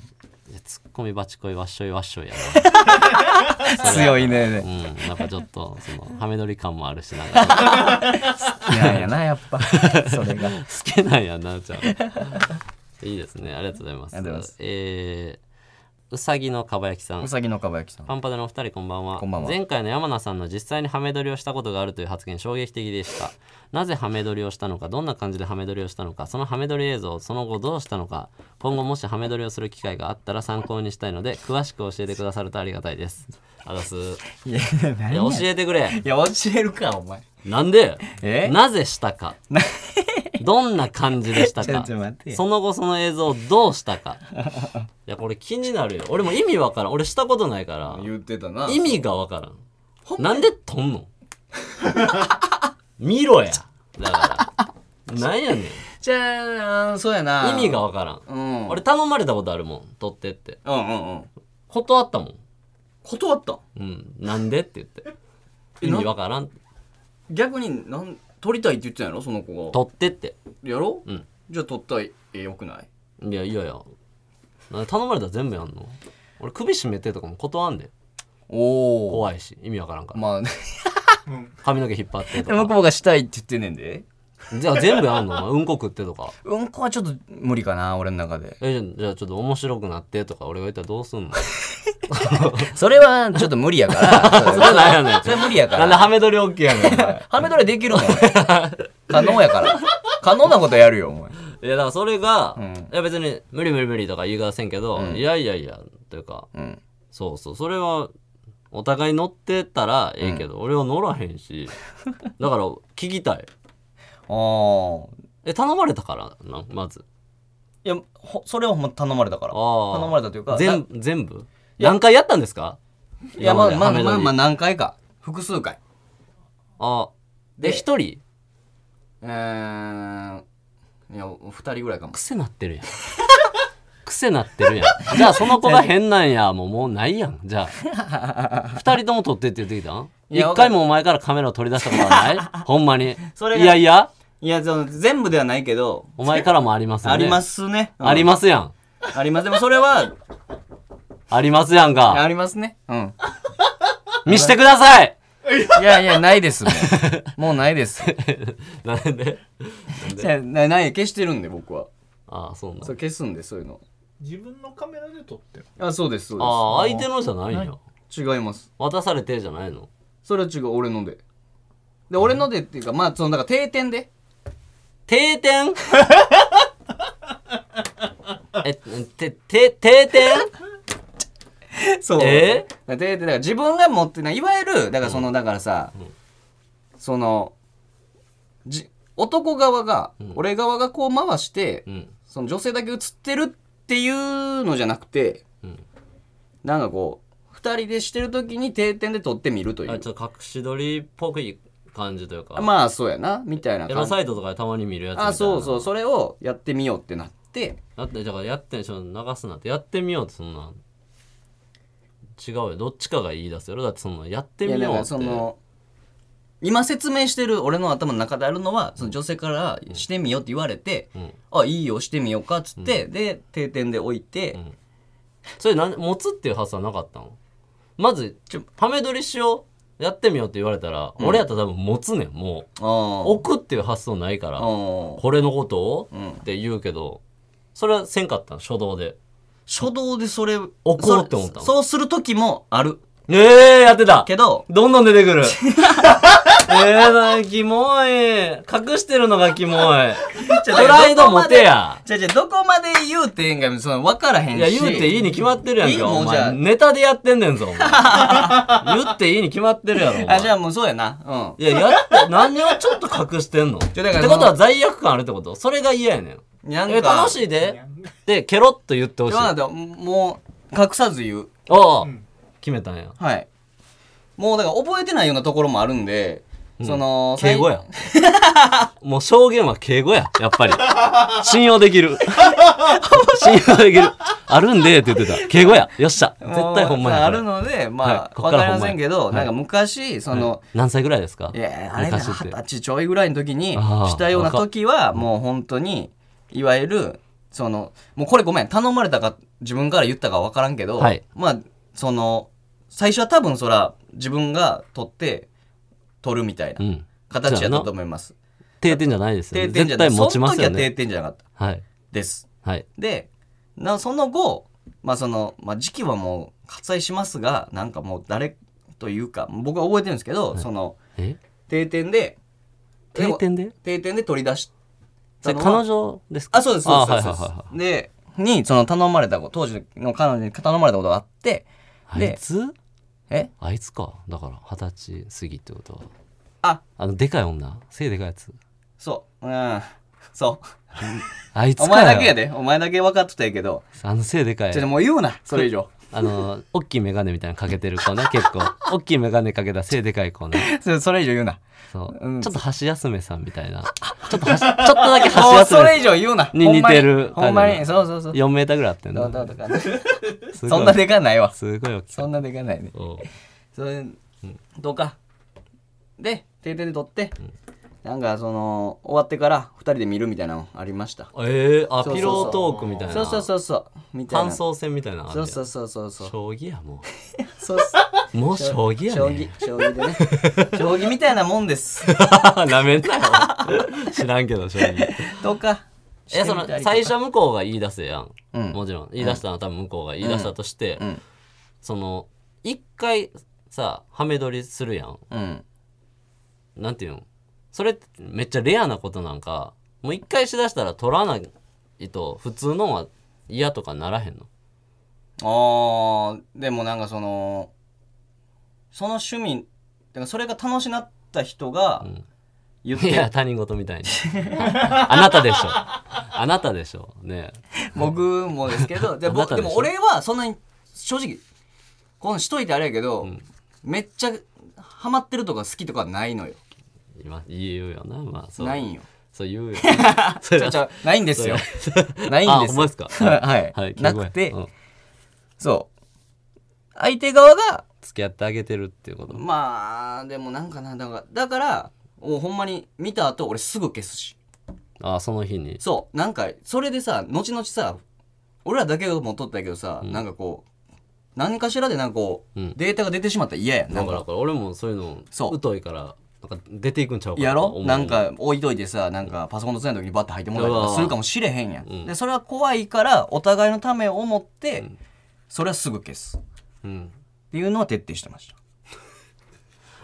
[SPEAKER 2] いやツッコミバチコイわっしょいわっしょいやな
[SPEAKER 3] 強い ね
[SPEAKER 2] うん、なんかちょっとそのハメ撮り感もあるしなん か
[SPEAKER 3] いやいや なやっぱそれが
[SPEAKER 2] 好きなんやなちゃういいですねありがとうございます
[SPEAKER 3] ありがとうございます
[SPEAKER 2] えーうさぎのかば焼きさん
[SPEAKER 3] うさぎのかば焼きさん
[SPEAKER 2] パンパでのお二人こんばんは
[SPEAKER 3] こんばんは
[SPEAKER 2] 前回の山名さんの実際にハメ撮りをしたことがあるという発言衝撃的でしたなぜハメ撮りをしたのかどんな感じでハメ撮りをしたのかそのハメ撮り映像をその後どうしたのか今後もしハメ撮りをする機会があったら参考にしたいので詳しく教えてくださるとありがたいですあざすい
[SPEAKER 3] いや何
[SPEAKER 2] や教
[SPEAKER 3] や
[SPEAKER 2] えてくれ
[SPEAKER 3] いや教えるかお前
[SPEAKER 2] なんで
[SPEAKER 3] え
[SPEAKER 2] なぜしたかどんな感じでした
[SPEAKER 3] ちょ
[SPEAKER 2] か
[SPEAKER 3] っと待ってよ
[SPEAKER 2] その後その映像をどうしたかいやこれ気になるよ俺も意味わからん俺したことないから
[SPEAKER 3] 言ってたな
[SPEAKER 2] 意味がわからんなんで撮 んの見ろやだからなんやねん
[SPEAKER 3] じゃあそうやな
[SPEAKER 2] 意味がわからん
[SPEAKER 3] うん
[SPEAKER 2] 俺頼まれたことあるもん撮ってって
[SPEAKER 3] うんうんうん
[SPEAKER 2] 断ったもん
[SPEAKER 3] 断った
[SPEAKER 2] うんなんでって言って意味わからん
[SPEAKER 3] 逆になん撮りたいって言ってたんやろその子が
[SPEAKER 2] 撮ってって
[SPEAKER 3] やろ
[SPEAKER 2] うん
[SPEAKER 3] じゃあ撮ったらええよくない
[SPEAKER 2] いやいやいやなんで頼まれたら全部やんの俺首絞めてとかも断んで
[SPEAKER 3] おお
[SPEAKER 2] 怖いし意味わからんから
[SPEAKER 3] まあ
[SPEAKER 4] うん
[SPEAKER 2] 髪の毛引っ張ってと
[SPEAKER 3] 向
[SPEAKER 2] か
[SPEAKER 3] こうがしたいって言ってんねんで
[SPEAKER 2] じゃあ全部やんのお前うんこ食ってとか
[SPEAKER 3] うんこはちょっと無理かな俺の中で
[SPEAKER 2] えじゃあじゃあちょっと面白くなってとか俺が言ったらどうすんの
[SPEAKER 3] それはちょっと無理やから それ
[SPEAKER 2] れなんやねん
[SPEAKER 3] それ無理やか
[SPEAKER 2] なんで
[SPEAKER 3] ら
[SPEAKER 2] ハメ撮り OK やねんお前
[SPEAKER 3] はめ取れできるもん可能やから可能なことやるよお前
[SPEAKER 2] いやだからそれが、
[SPEAKER 3] うん
[SPEAKER 2] いや別に無理無理無理とか言いませんけど、
[SPEAKER 3] うん
[SPEAKER 2] いやいやいやというか
[SPEAKER 3] うん
[SPEAKER 2] そうそうそれはお互い乗ってたらええけど、俺は乗らへん しだから聞きたい
[SPEAKER 3] ああ
[SPEAKER 2] え頼まれたからなんまず
[SPEAKER 3] いやほそれはほんま頼まれたから
[SPEAKER 2] あー
[SPEAKER 3] 頼まれたというか
[SPEAKER 2] 全全部
[SPEAKER 3] いや
[SPEAKER 2] 何回やったんですか
[SPEAKER 3] いやまあまあ
[SPEAKER 2] 今で
[SPEAKER 3] まあ
[SPEAKER 2] ハメ
[SPEAKER 3] ま
[SPEAKER 2] 撮
[SPEAKER 3] あ
[SPEAKER 2] り
[SPEAKER 3] 何回か複数回
[SPEAKER 2] あで
[SPEAKER 3] で
[SPEAKER 2] 一人
[SPEAKER 3] えーいや二人ぐらいかも
[SPEAKER 2] 癖なってるやん 癖なってるやんじゃあその子が変なんやもうもうないやんじゃあ二人とも撮ってって言ってきたん
[SPEAKER 5] いや
[SPEAKER 2] 一回もお前からカメラを取り出したことはない ほんまに
[SPEAKER 5] それ
[SPEAKER 2] い
[SPEAKER 5] が
[SPEAKER 2] やいや
[SPEAKER 5] いや、その全部ではないけど、
[SPEAKER 2] お前からもありますよね
[SPEAKER 5] ありますね。
[SPEAKER 2] ありますやん
[SPEAKER 5] す。あります。でもそれは、
[SPEAKER 2] ありますやんか
[SPEAKER 3] ありますねうん
[SPEAKER 2] 見してください
[SPEAKER 3] いやいやないです もうもうないです
[SPEAKER 2] なんで
[SPEAKER 3] じゃあなない消してるんで僕は
[SPEAKER 2] ああそうなん
[SPEAKER 3] そう消すんでそういうの
[SPEAKER 4] 自分のカメラで撮ってる
[SPEAKER 3] あそうですそうです
[SPEAKER 2] ああ相手のじゃないん
[SPEAKER 4] ない
[SPEAKER 2] や
[SPEAKER 3] 違います
[SPEAKER 2] 渡されてじゃないの
[SPEAKER 3] それは違う俺のでで俺のでっていうかまあそのだから定点で
[SPEAKER 2] 定 点えてて定点
[SPEAKER 3] そう
[SPEAKER 2] え
[SPEAKER 3] 定点だから自分が持ってないいわゆるだからその、だからさ、そのじ男側が、
[SPEAKER 2] ん
[SPEAKER 3] 俺側がこう回して、
[SPEAKER 2] うん
[SPEAKER 3] その女性だけ映ってるっていうのじゃなくて
[SPEAKER 2] うん
[SPEAKER 3] なんかこう二人でしてる時に定点で撮ってみるとい
[SPEAKER 2] あ
[SPEAKER 3] う
[SPEAKER 2] ちょっと隠し撮りっぽい感じというか、
[SPEAKER 3] まあそうやなみたいな
[SPEAKER 2] エロ
[SPEAKER 3] 感じ
[SPEAKER 2] サイトとかでたまに見るやつみたいな
[SPEAKER 3] あそうそうそれをやってみようってなって
[SPEAKER 2] だってだからやってちょっと流すなってやってみようってそんなん違うよどっちかが言い出すよだってそのやってみよう
[SPEAKER 3] いやだから
[SPEAKER 2] って
[SPEAKER 3] その今説明してる俺の頭の中であるのはその女性から「してみよう」って言われて「
[SPEAKER 2] うん
[SPEAKER 3] あいいよしてみようか」っつって、で定点で置いて、
[SPEAKER 2] んそれなん持つっていう発想はなかったのまずちょハメ撮りしようやってみようって言われたら、俺やったら多分持つねんもう
[SPEAKER 3] ああ
[SPEAKER 2] 置くっていう発想ないから、
[SPEAKER 3] ああ
[SPEAKER 2] これのことを、
[SPEAKER 3] ん
[SPEAKER 2] って言うけどそれはせんかったの初動で
[SPEAKER 3] 初動でそれ置
[SPEAKER 2] 置こうって思ったの
[SPEAKER 3] そうする時もある
[SPEAKER 2] ええやってた
[SPEAKER 3] けど
[SPEAKER 2] どんどん出てくるえー、なキモい隠してるのがキモいプライド持てや
[SPEAKER 3] じゃじゃどこまで言うてええんかその分からへんし
[SPEAKER 2] いや言うていいに決まってるやん
[SPEAKER 3] いい
[SPEAKER 2] か
[SPEAKER 3] よも
[SPEAKER 2] お
[SPEAKER 3] うじゃあ
[SPEAKER 2] 前ネタでやってんねん ぞお前言っていいに決まってるやろお前
[SPEAKER 3] あじゃあもうそうやなう
[SPEAKER 2] いや、やって、何をちょっと隠してんのって
[SPEAKER 3] ち
[SPEAKER 2] こ
[SPEAKER 3] ょだ
[SPEAKER 2] と
[SPEAKER 3] からその
[SPEAKER 2] は罪悪感あるってことそれが嫌やねん。
[SPEAKER 3] んなん
[SPEAKER 2] え、
[SPEAKER 3] か
[SPEAKER 2] 楽しいでで、ケロッと言ってほしい。
[SPEAKER 3] 世の
[SPEAKER 2] あ
[SPEAKER 3] 中もう隠さず言う
[SPEAKER 2] あ
[SPEAKER 4] ん、
[SPEAKER 2] 決めたんや。
[SPEAKER 3] はいもうだから覚えてないようなところもあるんで、その
[SPEAKER 2] 敬語や。もう証言は敬語や、やっぱり。信用できる。信用できる。あるんでって言ってた。敬語や。よっしゃ。絶対ほんま
[SPEAKER 3] も
[SPEAKER 2] や。
[SPEAKER 3] うまあある
[SPEAKER 2] こ
[SPEAKER 3] ので、ま
[SPEAKER 2] はい
[SPEAKER 3] あ、
[SPEAKER 2] こっ
[SPEAKER 3] わ
[SPEAKER 2] か
[SPEAKER 3] から
[SPEAKER 2] ほ
[SPEAKER 3] り
[SPEAKER 2] んまや
[SPEAKER 3] ませんけど、
[SPEAKER 2] はい
[SPEAKER 3] なんか昔、そ
[SPEAKER 2] れ
[SPEAKER 3] の、
[SPEAKER 2] 何歳ぐらいですか
[SPEAKER 3] いや、あれだ、
[SPEAKER 2] 昔
[SPEAKER 3] 二
[SPEAKER 2] って
[SPEAKER 3] 十歳ちょいぐらいの時に
[SPEAKER 2] あー
[SPEAKER 3] したような時は、もう本当に、いわゆる、その、もうこれごめん、頼まれたか、自分から言ったかわからんけど、
[SPEAKER 2] はい。
[SPEAKER 3] まあ、その、最初は多分そら、自分が取って、取るみたいうなん形やったと思います。
[SPEAKER 2] 定点じゃないですよね。
[SPEAKER 3] 定点じ
[SPEAKER 2] 絶
[SPEAKER 3] ゃない。
[SPEAKER 2] 対
[SPEAKER 3] そ
[SPEAKER 2] 持
[SPEAKER 3] の
[SPEAKER 2] ちます
[SPEAKER 3] 時は
[SPEAKER 2] よ
[SPEAKER 3] 定
[SPEAKER 2] ね。
[SPEAKER 3] 点じゃなかった。
[SPEAKER 2] はい。
[SPEAKER 3] です。
[SPEAKER 2] はい。
[SPEAKER 3] でなその後、まあそのまあ、時期はもう割愛しますがなんかもう誰というか僕は覚えてるんですけど、その
[SPEAKER 2] え
[SPEAKER 3] 定点で
[SPEAKER 2] 定点で
[SPEAKER 3] 定点で取り出し
[SPEAKER 2] そ
[SPEAKER 3] た
[SPEAKER 2] れ
[SPEAKER 3] の
[SPEAKER 2] 彼
[SPEAKER 3] は
[SPEAKER 2] 女ですか
[SPEAKER 3] あそうですそうです
[SPEAKER 2] あ
[SPEAKER 3] そう
[SPEAKER 2] はい
[SPEAKER 3] で
[SPEAKER 2] はい
[SPEAKER 3] す
[SPEAKER 2] はいはい
[SPEAKER 3] でにその頼まれたこと当時の彼女に頼まれたことがあって
[SPEAKER 2] あ
[SPEAKER 3] で
[SPEAKER 2] いつ
[SPEAKER 3] え
[SPEAKER 2] あいつかだから二十歳過ぎってことは
[SPEAKER 3] あ
[SPEAKER 2] あのでかい女背でかいやつ
[SPEAKER 3] そううんそう
[SPEAKER 2] あいつか
[SPEAKER 3] お
[SPEAKER 2] よ
[SPEAKER 3] 前だけやでお前だけ分かってたやけど
[SPEAKER 2] あの背でかい
[SPEAKER 3] ちょっともう言うなそれ 以上
[SPEAKER 2] あの大きい眼鏡みたいなのかけてる 子ね結構大きい眼鏡かけた背でかい子ね
[SPEAKER 3] それそれ以上言う な
[SPEAKER 2] そう、
[SPEAKER 3] うん
[SPEAKER 2] ちょっと箸休めさんみた いなちょっとはしちょっとだけ箸
[SPEAKER 3] もう
[SPEAKER 2] 休
[SPEAKER 3] それ
[SPEAKER 2] め
[SPEAKER 3] 以上言うな
[SPEAKER 2] に
[SPEAKER 3] ほんま
[SPEAKER 2] 似てる
[SPEAKER 3] ほんま
[SPEAKER 2] 感
[SPEAKER 3] に
[SPEAKER 2] じ
[SPEAKER 3] そうそうそう
[SPEAKER 2] 4メーターぐらいあってん
[SPEAKER 3] ど
[SPEAKER 2] の
[SPEAKER 3] うどうとかね
[SPEAKER 2] すごい
[SPEAKER 3] そんなでかないわ。
[SPEAKER 2] すごい大きい
[SPEAKER 3] そんなでかないね。
[SPEAKER 2] おう
[SPEAKER 3] それ、どうか。で、定点で取って、なんかその終わってから2人で見るみたいなのありました
[SPEAKER 2] えー、あ
[SPEAKER 3] そうそうそう
[SPEAKER 2] ピロートークみたいな
[SPEAKER 3] そうそうそうそうみたいな
[SPEAKER 2] 感想戦みたいなのある
[SPEAKER 3] そ
[SPEAKER 2] やん
[SPEAKER 3] うそうそうそうそう
[SPEAKER 2] 将棋やも
[SPEAKER 3] そうっす
[SPEAKER 2] うもう将棋や
[SPEAKER 3] 将
[SPEAKER 2] ね
[SPEAKER 3] 棋将棋でね将棋みたいなもんです
[SPEAKER 2] なめんなよ知らんけど 将棋
[SPEAKER 3] とか
[SPEAKER 2] えその最初向こうが言い出せやん、
[SPEAKER 3] うん
[SPEAKER 2] もちろん言い出したのは多分向こうが言い出したとして、
[SPEAKER 3] うん
[SPEAKER 2] その一回さハメ撮りするやん
[SPEAKER 3] うん
[SPEAKER 2] なんていうのそれってめっちゃレアなことなんかもう一回しだしたら撮らないと普通のは嫌とかならへんの
[SPEAKER 3] あーでもなんかそのその趣味てかそれが楽しなった人が
[SPEAKER 2] ん
[SPEAKER 3] 言っ
[SPEAKER 2] い
[SPEAKER 3] て、
[SPEAKER 2] や他人事みたいに あなたでしょあなたでしょね
[SPEAKER 3] 僕もですけ どで
[SPEAKER 2] あな
[SPEAKER 3] 僕
[SPEAKER 2] た
[SPEAKER 3] で
[SPEAKER 2] でしょ
[SPEAKER 3] も俺はそんなに正直このしといてあれやけど、めっちゃハマってるとか好きとかないのよ
[SPEAKER 2] 今言うよなまあそう
[SPEAKER 3] な いんよ
[SPEAKER 2] そう言 うよそ
[SPEAKER 3] ち
[SPEAKER 2] れ
[SPEAKER 3] ょ
[SPEAKER 2] は
[SPEAKER 3] ちょないんですよ ない
[SPEAKER 2] あ
[SPEAKER 3] んで
[SPEAKER 2] ほ
[SPEAKER 3] す
[SPEAKER 2] んま
[SPEAKER 3] よ
[SPEAKER 2] ですか
[SPEAKER 3] はい、
[SPEAKER 2] はい
[SPEAKER 3] なくて、
[SPEAKER 2] ごめんうん
[SPEAKER 3] そう相手側が
[SPEAKER 2] 付き合ってあげてるっていうこと
[SPEAKER 3] まあでもなんかなだからだからもうほんまに見た後俺すぐ消すし
[SPEAKER 2] あその日に
[SPEAKER 3] そうなんかそれでさ後々さ俺らだけが持っとったけどさ、なんかこう何かしらでなんかこう、
[SPEAKER 2] うん
[SPEAKER 3] データが出てしまったら嫌やんな
[SPEAKER 2] だ
[SPEAKER 3] ん
[SPEAKER 2] から
[SPEAKER 3] か
[SPEAKER 2] だから俺もそういう
[SPEAKER 3] そ
[SPEAKER 2] の
[SPEAKER 3] う
[SPEAKER 2] 疎いからなんか出ていくんちゃうか
[SPEAKER 3] や
[SPEAKER 2] と
[SPEAKER 3] ろ
[SPEAKER 2] 思う
[SPEAKER 3] なんか置いといてさなんかパソコンのつないだ時にバッて入ってもらったりとかするかもしれへんやん、
[SPEAKER 2] うん
[SPEAKER 3] でそれは怖いからお互いのためを思って、
[SPEAKER 2] ん
[SPEAKER 3] それはすぐ消すっ
[SPEAKER 2] うん
[SPEAKER 3] ていうのは徹底してまし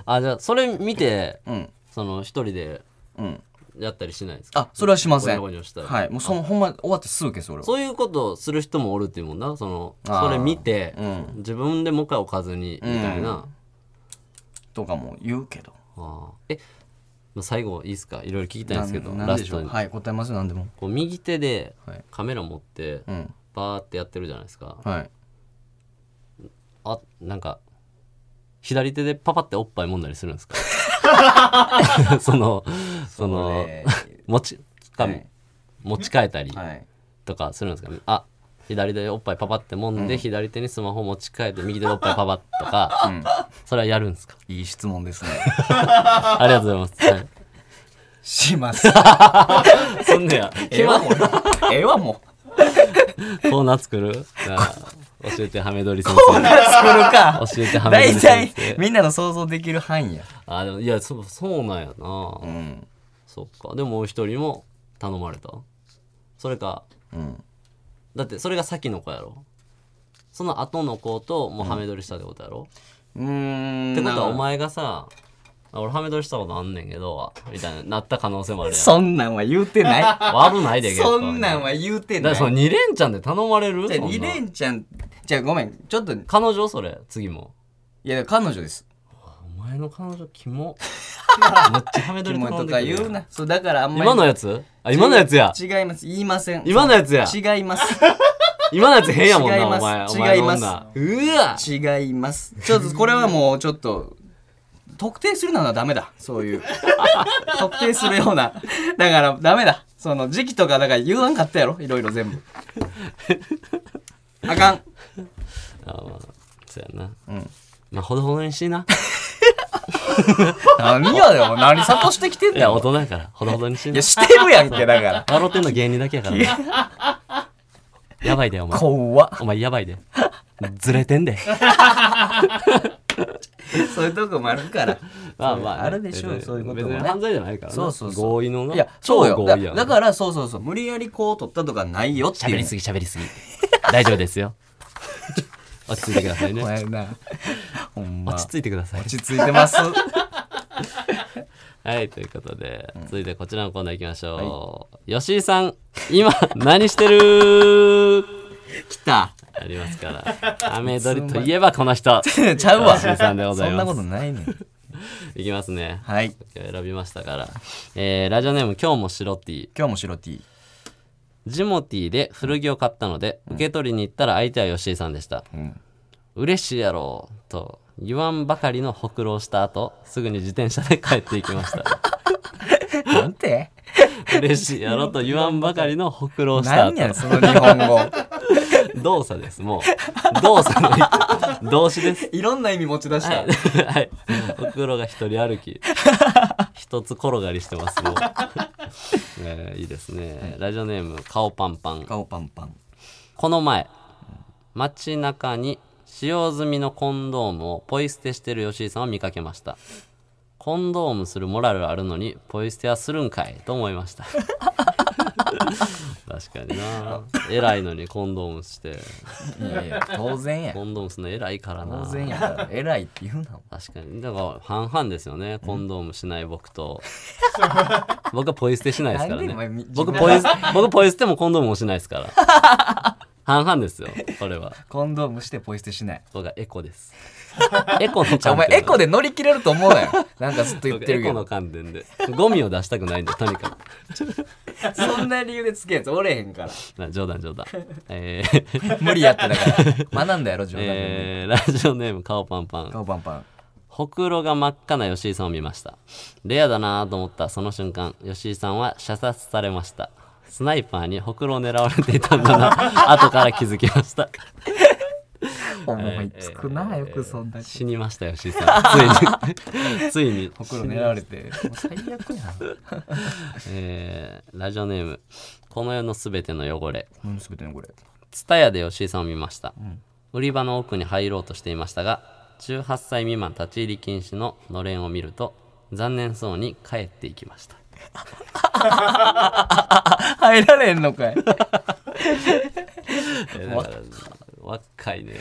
[SPEAKER 2] あじゃあそれ見て
[SPEAKER 3] たうん
[SPEAKER 2] その一人で
[SPEAKER 3] うん
[SPEAKER 2] やったりしないですか
[SPEAKER 3] あそれはしません
[SPEAKER 2] ゴニョゴニョしたら
[SPEAKER 3] はいもうそのほんま終わってすぐ消す俺は
[SPEAKER 2] そういうことをする人もおるっていうもんなその
[SPEAKER 3] あー
[SPEAKER 2] それ見て、
[SPEAKER 3] うん
[SPEAKER 2] 自分でもう一回おかずにみたいな、
[SPEAKER 3] とかも言うけど
[SPEAKER 2] あーえまあ最後いいですかいろいろ聞きたいんですけど
[SPEAKER 3] なんな
[SPEAKER 2] ラ
[SPEAKER 3] んで
[SPEAKER 2] ス
[SPEAKER 3] しょ
[SPEAKER 2] ト
[SPEAKER 3] う
[SPEAKER 2] に、
[SPEAKER 3] はい答えますよ何でも
[SPEAKER 2] こう右手で
[SPEAKER 3] はい
[SPEAKER 2] カメラ持って
[SPEAKER 3] うん
[SPEAKER 2] バーってやってるじゃないですか、
[SPEAKER 3] はい
[SPEAKER 2] あなんか左手でパパっておっぱい揉んだりするんです かそのその 持ちか、
[SPEAKER 3] はい
[SPEAKER 2] 持ち替えたり
[SPEAKER 3] はい
[SPEAKER 2] とかするんですかねあ左手でおっぱいパパって揉んで、左手にスマホ持ち替えて右手でおっぱいパパッと か、それはやるんですか
[SPEAKER 3] いい質問ですね
[SPEAKER 2] ありがとうございます、はい
[SPEAKER 3] し ます
[SPEAKER 2] そんねや、
[SPEAKER 3] ええわもうええわもう
[SPEAKER 2] コーナー作るなあ教えてハメ撮り先
[SPEAKER 3] コーナ
[SPEAKER 2] 生。
[SPEAKER 3] ー 作る か
[SPEAKER 2] 教えてハメ撮
[SPEAKER 3] 大
[SPEAKER 2] り先
[SPEAKER 3] 体
[SPEAKER 2] 生。
[SPEAKER 3] みんなの想像できる範囲や
[SPEAKER 2] あ、でも、いや、そう、そうなんやな。
[SPEAKER 3] うん
[SPEAKER 2] そっか。でも、もう一人も頼まれた。それか、
[SPEAKER 3] うん
[SPEAKER 2] だって、それが先の子やろ。その後の子と、もうハメ撮りしたってことやろ。
[SPEAKER 3] うーん
[SPEAKER 2] ってことは、お前がさ、あ俺ハメ撮りしたことあんねんけど、みたいな、なった可能性もあるやん。
[SPEAKER 3] そんなんは言うてな
[SPEAKER 2] 悪ないで、
[SPEAKER 3] い
[SPEAKER 2] 結構
[SPEAKER 3] そんなんは言うて
[SPEAKER 2] だか
[SPEAKER 3] ない
[SPEAKER 2] ら、その
[SPEAKER 3] じ
[SPEAKER 2] 二連チャンで頼まれる
[SPEAKER 3] ゃあリレ
[SPEAKER 2] ン
[SPEAKER 3] ンちゃんじゃあごめんちょっとい
[SPEAKER 2] 彼女それ、次も。
[SPEAKER 3] や彼女です
[SPEAKER 2] お前の彼女、キ モ。めっちゃハメ撮
[SPEAKER 3] キ
[SPEAKER 2] り
[SPEAKER 3] モ
[SPEAKER 2] 頼んで
[SPEAKER 3] と
[SPEAKER 2] く
[SPEAKER 3] か
[SPEAKER 2] るやん。
[SPEAKER 3] 言うなそうだからあんまり
[SPEAKER 2] 今のやつあ今のやつや
[SPEAKER 3] 違います言いません
[SPEAKER 2] 今のやつや
[SPEAKER 3] 違います
[SPEAKER 2] 今のやつ変やもん
[SPEAKER 3] 違い
[SPEAKER 2] な
[SPEAKER 3] ます
[SPEAKER 2] お前お
[SPEAKER 3] 違
[SPEAKER 2] 前
[SPEAKER 3] い
[SPEAKER 2] の
[SPEAKER 3] ます
[SPEAKER 2] 女うわ
[SPEAKER 3] 違いますちょっとこれはもうちょっと特定するのはダメだそういう 特定するようなだからダメだその時期とかだから言わんかったやろいろいろ全部あかん
[SPEAKER 2] あまあそうやな
[SPEAKER 3] うん
[SPEAKER 2] まあほどほどにしいな
[SPEAKER 3] 何やよ何諭してきてん
[SPEAKER 2] い
[SPEAKER 3] だ
[SPEAKER 2] や大
[SPEAKER 3] よ
[SPEAKER 2] 人やからほどほどにしい
[SPEAKER 3] い
[SPEAKER 2] な
[SPEAKER 3] やしてるやんけだから
[SPEAKER 2] 笑ってんの芸人だけや からなやばいでお前
[SPEAKER 3] 怖っ
[SPEAKER 2] お前やばいでずれてん で
[SPEAKER 3] そういうとこもあるから
[SPEAKER 2] まあまあね
[SPEAKER 3] あるでしょうそういうこと
[SPEAKER 2] 別
[SPEAKER 3] もね
[SPEAKER 2] に犯罪じゃないからな
[SPEAKER 3] そうそうそう
[SPEAKER 2] 合意のない
[SPEAKER 3] やそ
[SPEAKER 2] 超
[SPEAKER 3] うよ
[SPEAKER 2] 合
[SPEAKER 3] だ
[SPEAKER 2] 意や
[SPEAKER 3] だからそうそうそう無理やりこう取ったとかないよってい
[SPEAKER 2] 喋
[SPEAKER 3] う
[SPEAKER 2] りすぎ喋り すぎ大丈夫ですよ落ち着いてください
[SPEAKER 3] お
[SPEAKER 2] ね
[SPEAKER 3] 前なほんま
[SPEAKER 2] 落ち着いてください
[SPEAKER 3] 落ち着いてます
[SPEAKER 2] はい、ということで、続いてこちらのコーナー行きましょう。吉井さん、今、何してる
[SPEAKER 3] 来た
[SPEAKER 2] ありますから。 雨どりといえばこの人。
[SPEAKER 3] ちゃうわ
[SPEAKER 2] 吉井さんでござい
[SPEAKER 3] そん
[SPEAKER 2] ま
[SPEAKER 3] なこ
[SPEAKER 2] す
[SPEAKER 3] と。ないねん
[SPEAKER 2] いきますね。
[SPEAKER 3] はい
[SPEAKER 2] 今日選びましたから。えー、ラジオネーム、今日も白 T。
[SPEAKER 3] 今日も白 T
[SPEAKER 2] ジモティで古着を買ったので、受け取りに行ったら相手は吉井さんでした。
[SPEAKER 3] ん
[SPEAKER 2] 嬉しいやろう、と言わんばかりのほ くろをした後、すぐに自転車で帰っていきました。
[SPEAKER 3] なんて
[SPEAKER 2] 嬉しいやろと言わんばかりのほくろをした
[SPEAKER 3] 何やねんその日本語
[SPEAKER 2] 動作ですもう動作の一動詞です
[SPEAKER 5] いろんな意味持ち出した
[SPEAKER 2] はい、はい、お風呂が一人歩き一つ転がりしてます もう、えーいいですねラジオネーム顔パンパン
[SPEAKER 3] 顔パンパン
[SPEAKER 2] この前街中に使用済みのコンドームをポイ捨てしてる吉井さんを見かけましたコンドームするモラルあるのにポイ捨てはするんかいと思いました確かにな偉いのにコンドームして
[SPEAKER 3] いやいや当然や
[SPEAKER 2] コンドームするの偉いからな
[SPEAKER 3] 当然やから偉いって言うな
[SPEAKER 2] 確かにだから半々ですよねコンドームしない僕と僕はポイ捨てしないですから
[SPEAKER 3] なんでお前
[SPEAKER 2] ね
[SPEAKER 3] み
[SPEAKER 2] 僕ポイ捨僕ポイ捨てもコンドームもしないですから半々ですよこれは
[SPEAKER 3] コンドームしてポイ捨てしない
[SPEAKER 2] 僕はエコです エコの観点
[SPEAKER 3] じゃあお前エコで乗り切れると思うなよなんかずっと言っ
[SPEAKER 2] 僕
[SPEAKER 3] て
[SPEAKER 2] エ
[SPEAKER 3] るけ
[SPEAKER 2] コの
[SPEAKER 3] ど
[SPEAKER 2] 観点でゴミを出したくないんでとにかく
[SPEAKER 5] そんな理由でつけやつおれへんから
[SPEAKER 2] な冗談冗 談えー
[SPEAKER 3] 無理やってだから学んだやろ冗談で
[SPEAKER 2] えーラジオネーム顔パンパン
[SPEAKER 3] 顔パンパン
[SPEAKER 2] ほくろが真っ赤な吉井さんを見ました。レアだなと思ったその瞬間、吉井さんは射殺されました。スナイパーにほくろを狙われていたんだ な、後から気づきました。
[SPEAKER 3] 思いつくなよくそんな
[SPEAKER 2] 死にました、吉井さん。ついに、ついに。
[SPEAKER 3] ほくろ狙われてもう最悪やん
[SPEAKER 2] えーラジオネーム、この世のすべての汚れ。
[SPEAKER 3] 何すべてのこれ
[SPEAKER 2] ツタヤで吉井さんを見ました、売り場の奥に入ろうとしていましたが18歳未満立ち入り禁止ののれんを見ると残念そうに帰っていきました
[SPEAKER 3] 入られんのかい
[SPEAKER 2] 若いね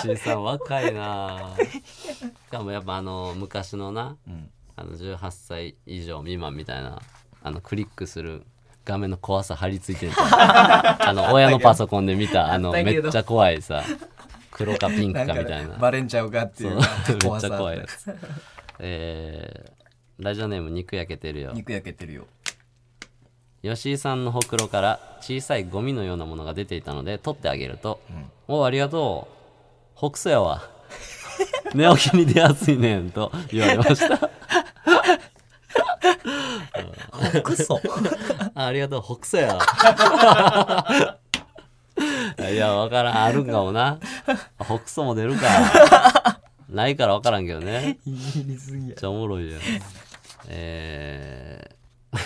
[SPEAKER 2] 吉井さん若いなしかもやっぱあの昔のな、あの18歳以上未満みたいなあのクリックする画面の怖さ張り付いてる あの親のパソコンで見たあのめっちゃ怖いさ黒かピンクかみたいな
[SPEAKER 3] バレんちゃうかっていう
[SPEAKER 2] め
[SPEAKER 3] 怖
[SPEAKER 2] っち
[SPEAKER 3] さ
[SPEAKER 2] ゃ怖いや つ。えー、ラジオネーム肉焼けてるよ。
[SPEAKER 3] 肉焼けてるよ
[SPEAKER 2] 吉井さんのほくろから小さいゴミのようなものが出ていたので取ってあげると「おおありがとう北斎やわ寝起きに出やすいねん」と言われました
[SPEAKER 3] クソ
[SPEAKER 2] あありがとう北斎や いやわからんあるんかもな北斎も出るかないからわからんけどね
[SPEAKER 3] いじりすぎ
[SPEAKER 2] めっちゃおもろいじゃん。 えー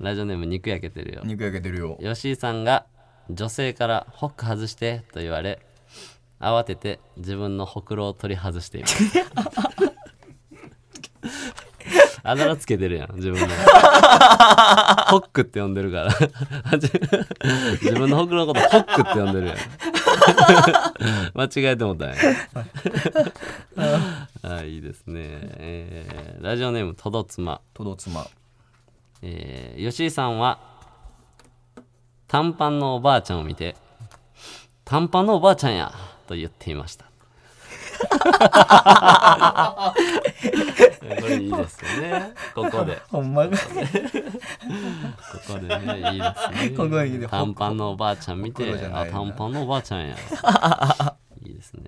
[SPEAKER 2] ラジオネーム肉焼けてるよ。
[SPEAKER 3] 肉焼けてるよ
[SPEAKER 2] 吉井さんが女性からホック外してと言われ、慌てて自分のほくろを取り外しています。あだ名つけてるやん、自分の。ホックって呼んでるから。自分のほくろのことホックって呼んでるやん。間違えてもたんや。はい、いいですね。えーラジオネーム、とどつま。
[SPEAKER 3] とどつま
[SPEAKER 2] えー吉井さんは短パンのおばあちゃんを見て「短パンのおばあちゃんや」と言っていました これいいですよねここで
[SPEAKER 3] ほんまか
[SPEAKER 2] ここでねいいですね
[SPEAKER 3] ここいいね
[SPEAKER 2] 短パンのおばあちゃん見
[SPEAKER 3] ほく
[SPEAKER 2] て
[SPEAKER 3] ろじゃ
[SPEAKER 2] 「
[SPEAKER 3] な
[SPEAKER 2] あ
[SPEAKER 3] いな
[SPEAKER 2] 短パンのおばあちゃんや」いいですね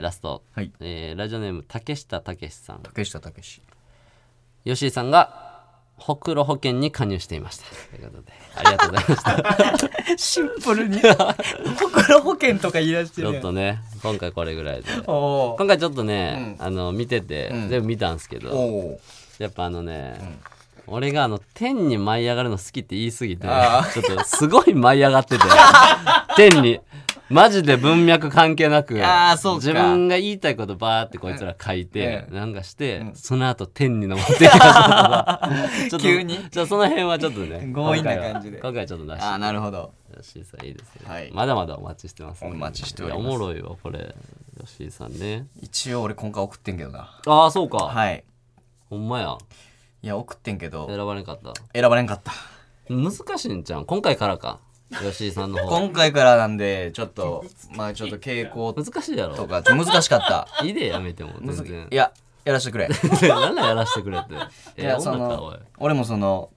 [SPEAKER 2] ラスト、
[SPEAKER 3] はい
[SPEAKER 2] えーラジオネーム竹下武さん
[SPEAKER 3] 竹下武志
[SPEAKER 2] 吉井さんがほくろ保険に加入していましたということでありがとうございまし た
[SPEAKER 5] シンプ ルにほくろ保険とか言い出して
[SPEAKER 2] ちょっとね今回これぐらいで今
[SPEAKER 5] お
[SPEAKER 2] 回ちょっとね、あの見てて、
[SPEAKER 3] ん
[SPEAKER 2] 全部見たんですけど
[SPEAKER 3] おお
[SPEAKER 2] やっぱあのね、俺があの天に舞い上がるの好きって言い過ぎて
[SPEAKER 3] あ
[SPEAKER 2] ちょっとすごい舞い上が ってて天にマジで文脈関係なく
[SPEAKER 5] あーそうか
[SPEAKER 2] 自分が言いたいことバーってこいつら書いて、
[SPEAKER 3] う
[SPEAKER 2] なんかして、その後天に登っていきま したとかちょっと
[SPEAKER 5] 急に
[SPEAKER 2] じゃあその辺はちょっとね
[SPEAKER 5] 強引な感じで
[SPEAKER 2] 今回は今回はちょっと出して
[SPEAKER 3] ああなるほど
[SPEAKER 2] 吉井さんいいですね、
[SPEAKER 3] はい
[SPEAKER 2] まだまだお待ちしてます、
[SPEAKER 3] お待ちしております
[SPEAKER 2] いやおもろいわこれ吉井さんね
[SPEAKER 3] 一応俺今回送ってんけどな
[SPEAKER 2] ああそうか、
[SPEAKER 3] はい
[SPEAKER 2] ほんまや
[SPEAKER 3] いや送ってん
[SPEAKER 2] 選
[SPEAKER 3] けど
[SPEAKER 2] ばれんかった
[SPEAKER 3] 選ばれんかった
[SPEAKER 2] 難しいんじゃん今回からか吉井さんの方
[SPEAKER 3] 今回からなんでちょっとまあちょっと傾向
[SPEAKER 2] 難しいや
[SPEAKER 3] と
[SPEAKER 2] ろ
[SPEAKER 3] かちょっと難しかった
[SPEAKER 2] いいでやめても全
[SPEAKER 3] 難し
[SPEAKER 2] 然
[SPEAKER 3] い ややらしてくれ
[SPEAKER 2] 何なんやらしてく れって
[SPEAKER 3] い
[SPEAKER 2] ええ
[SPEAKER 3] や
[SPEAKER 2] 女
[SPEAKER 3] そ
[SPEAKER 2] かおい
[SPEAKER 3] の俺もその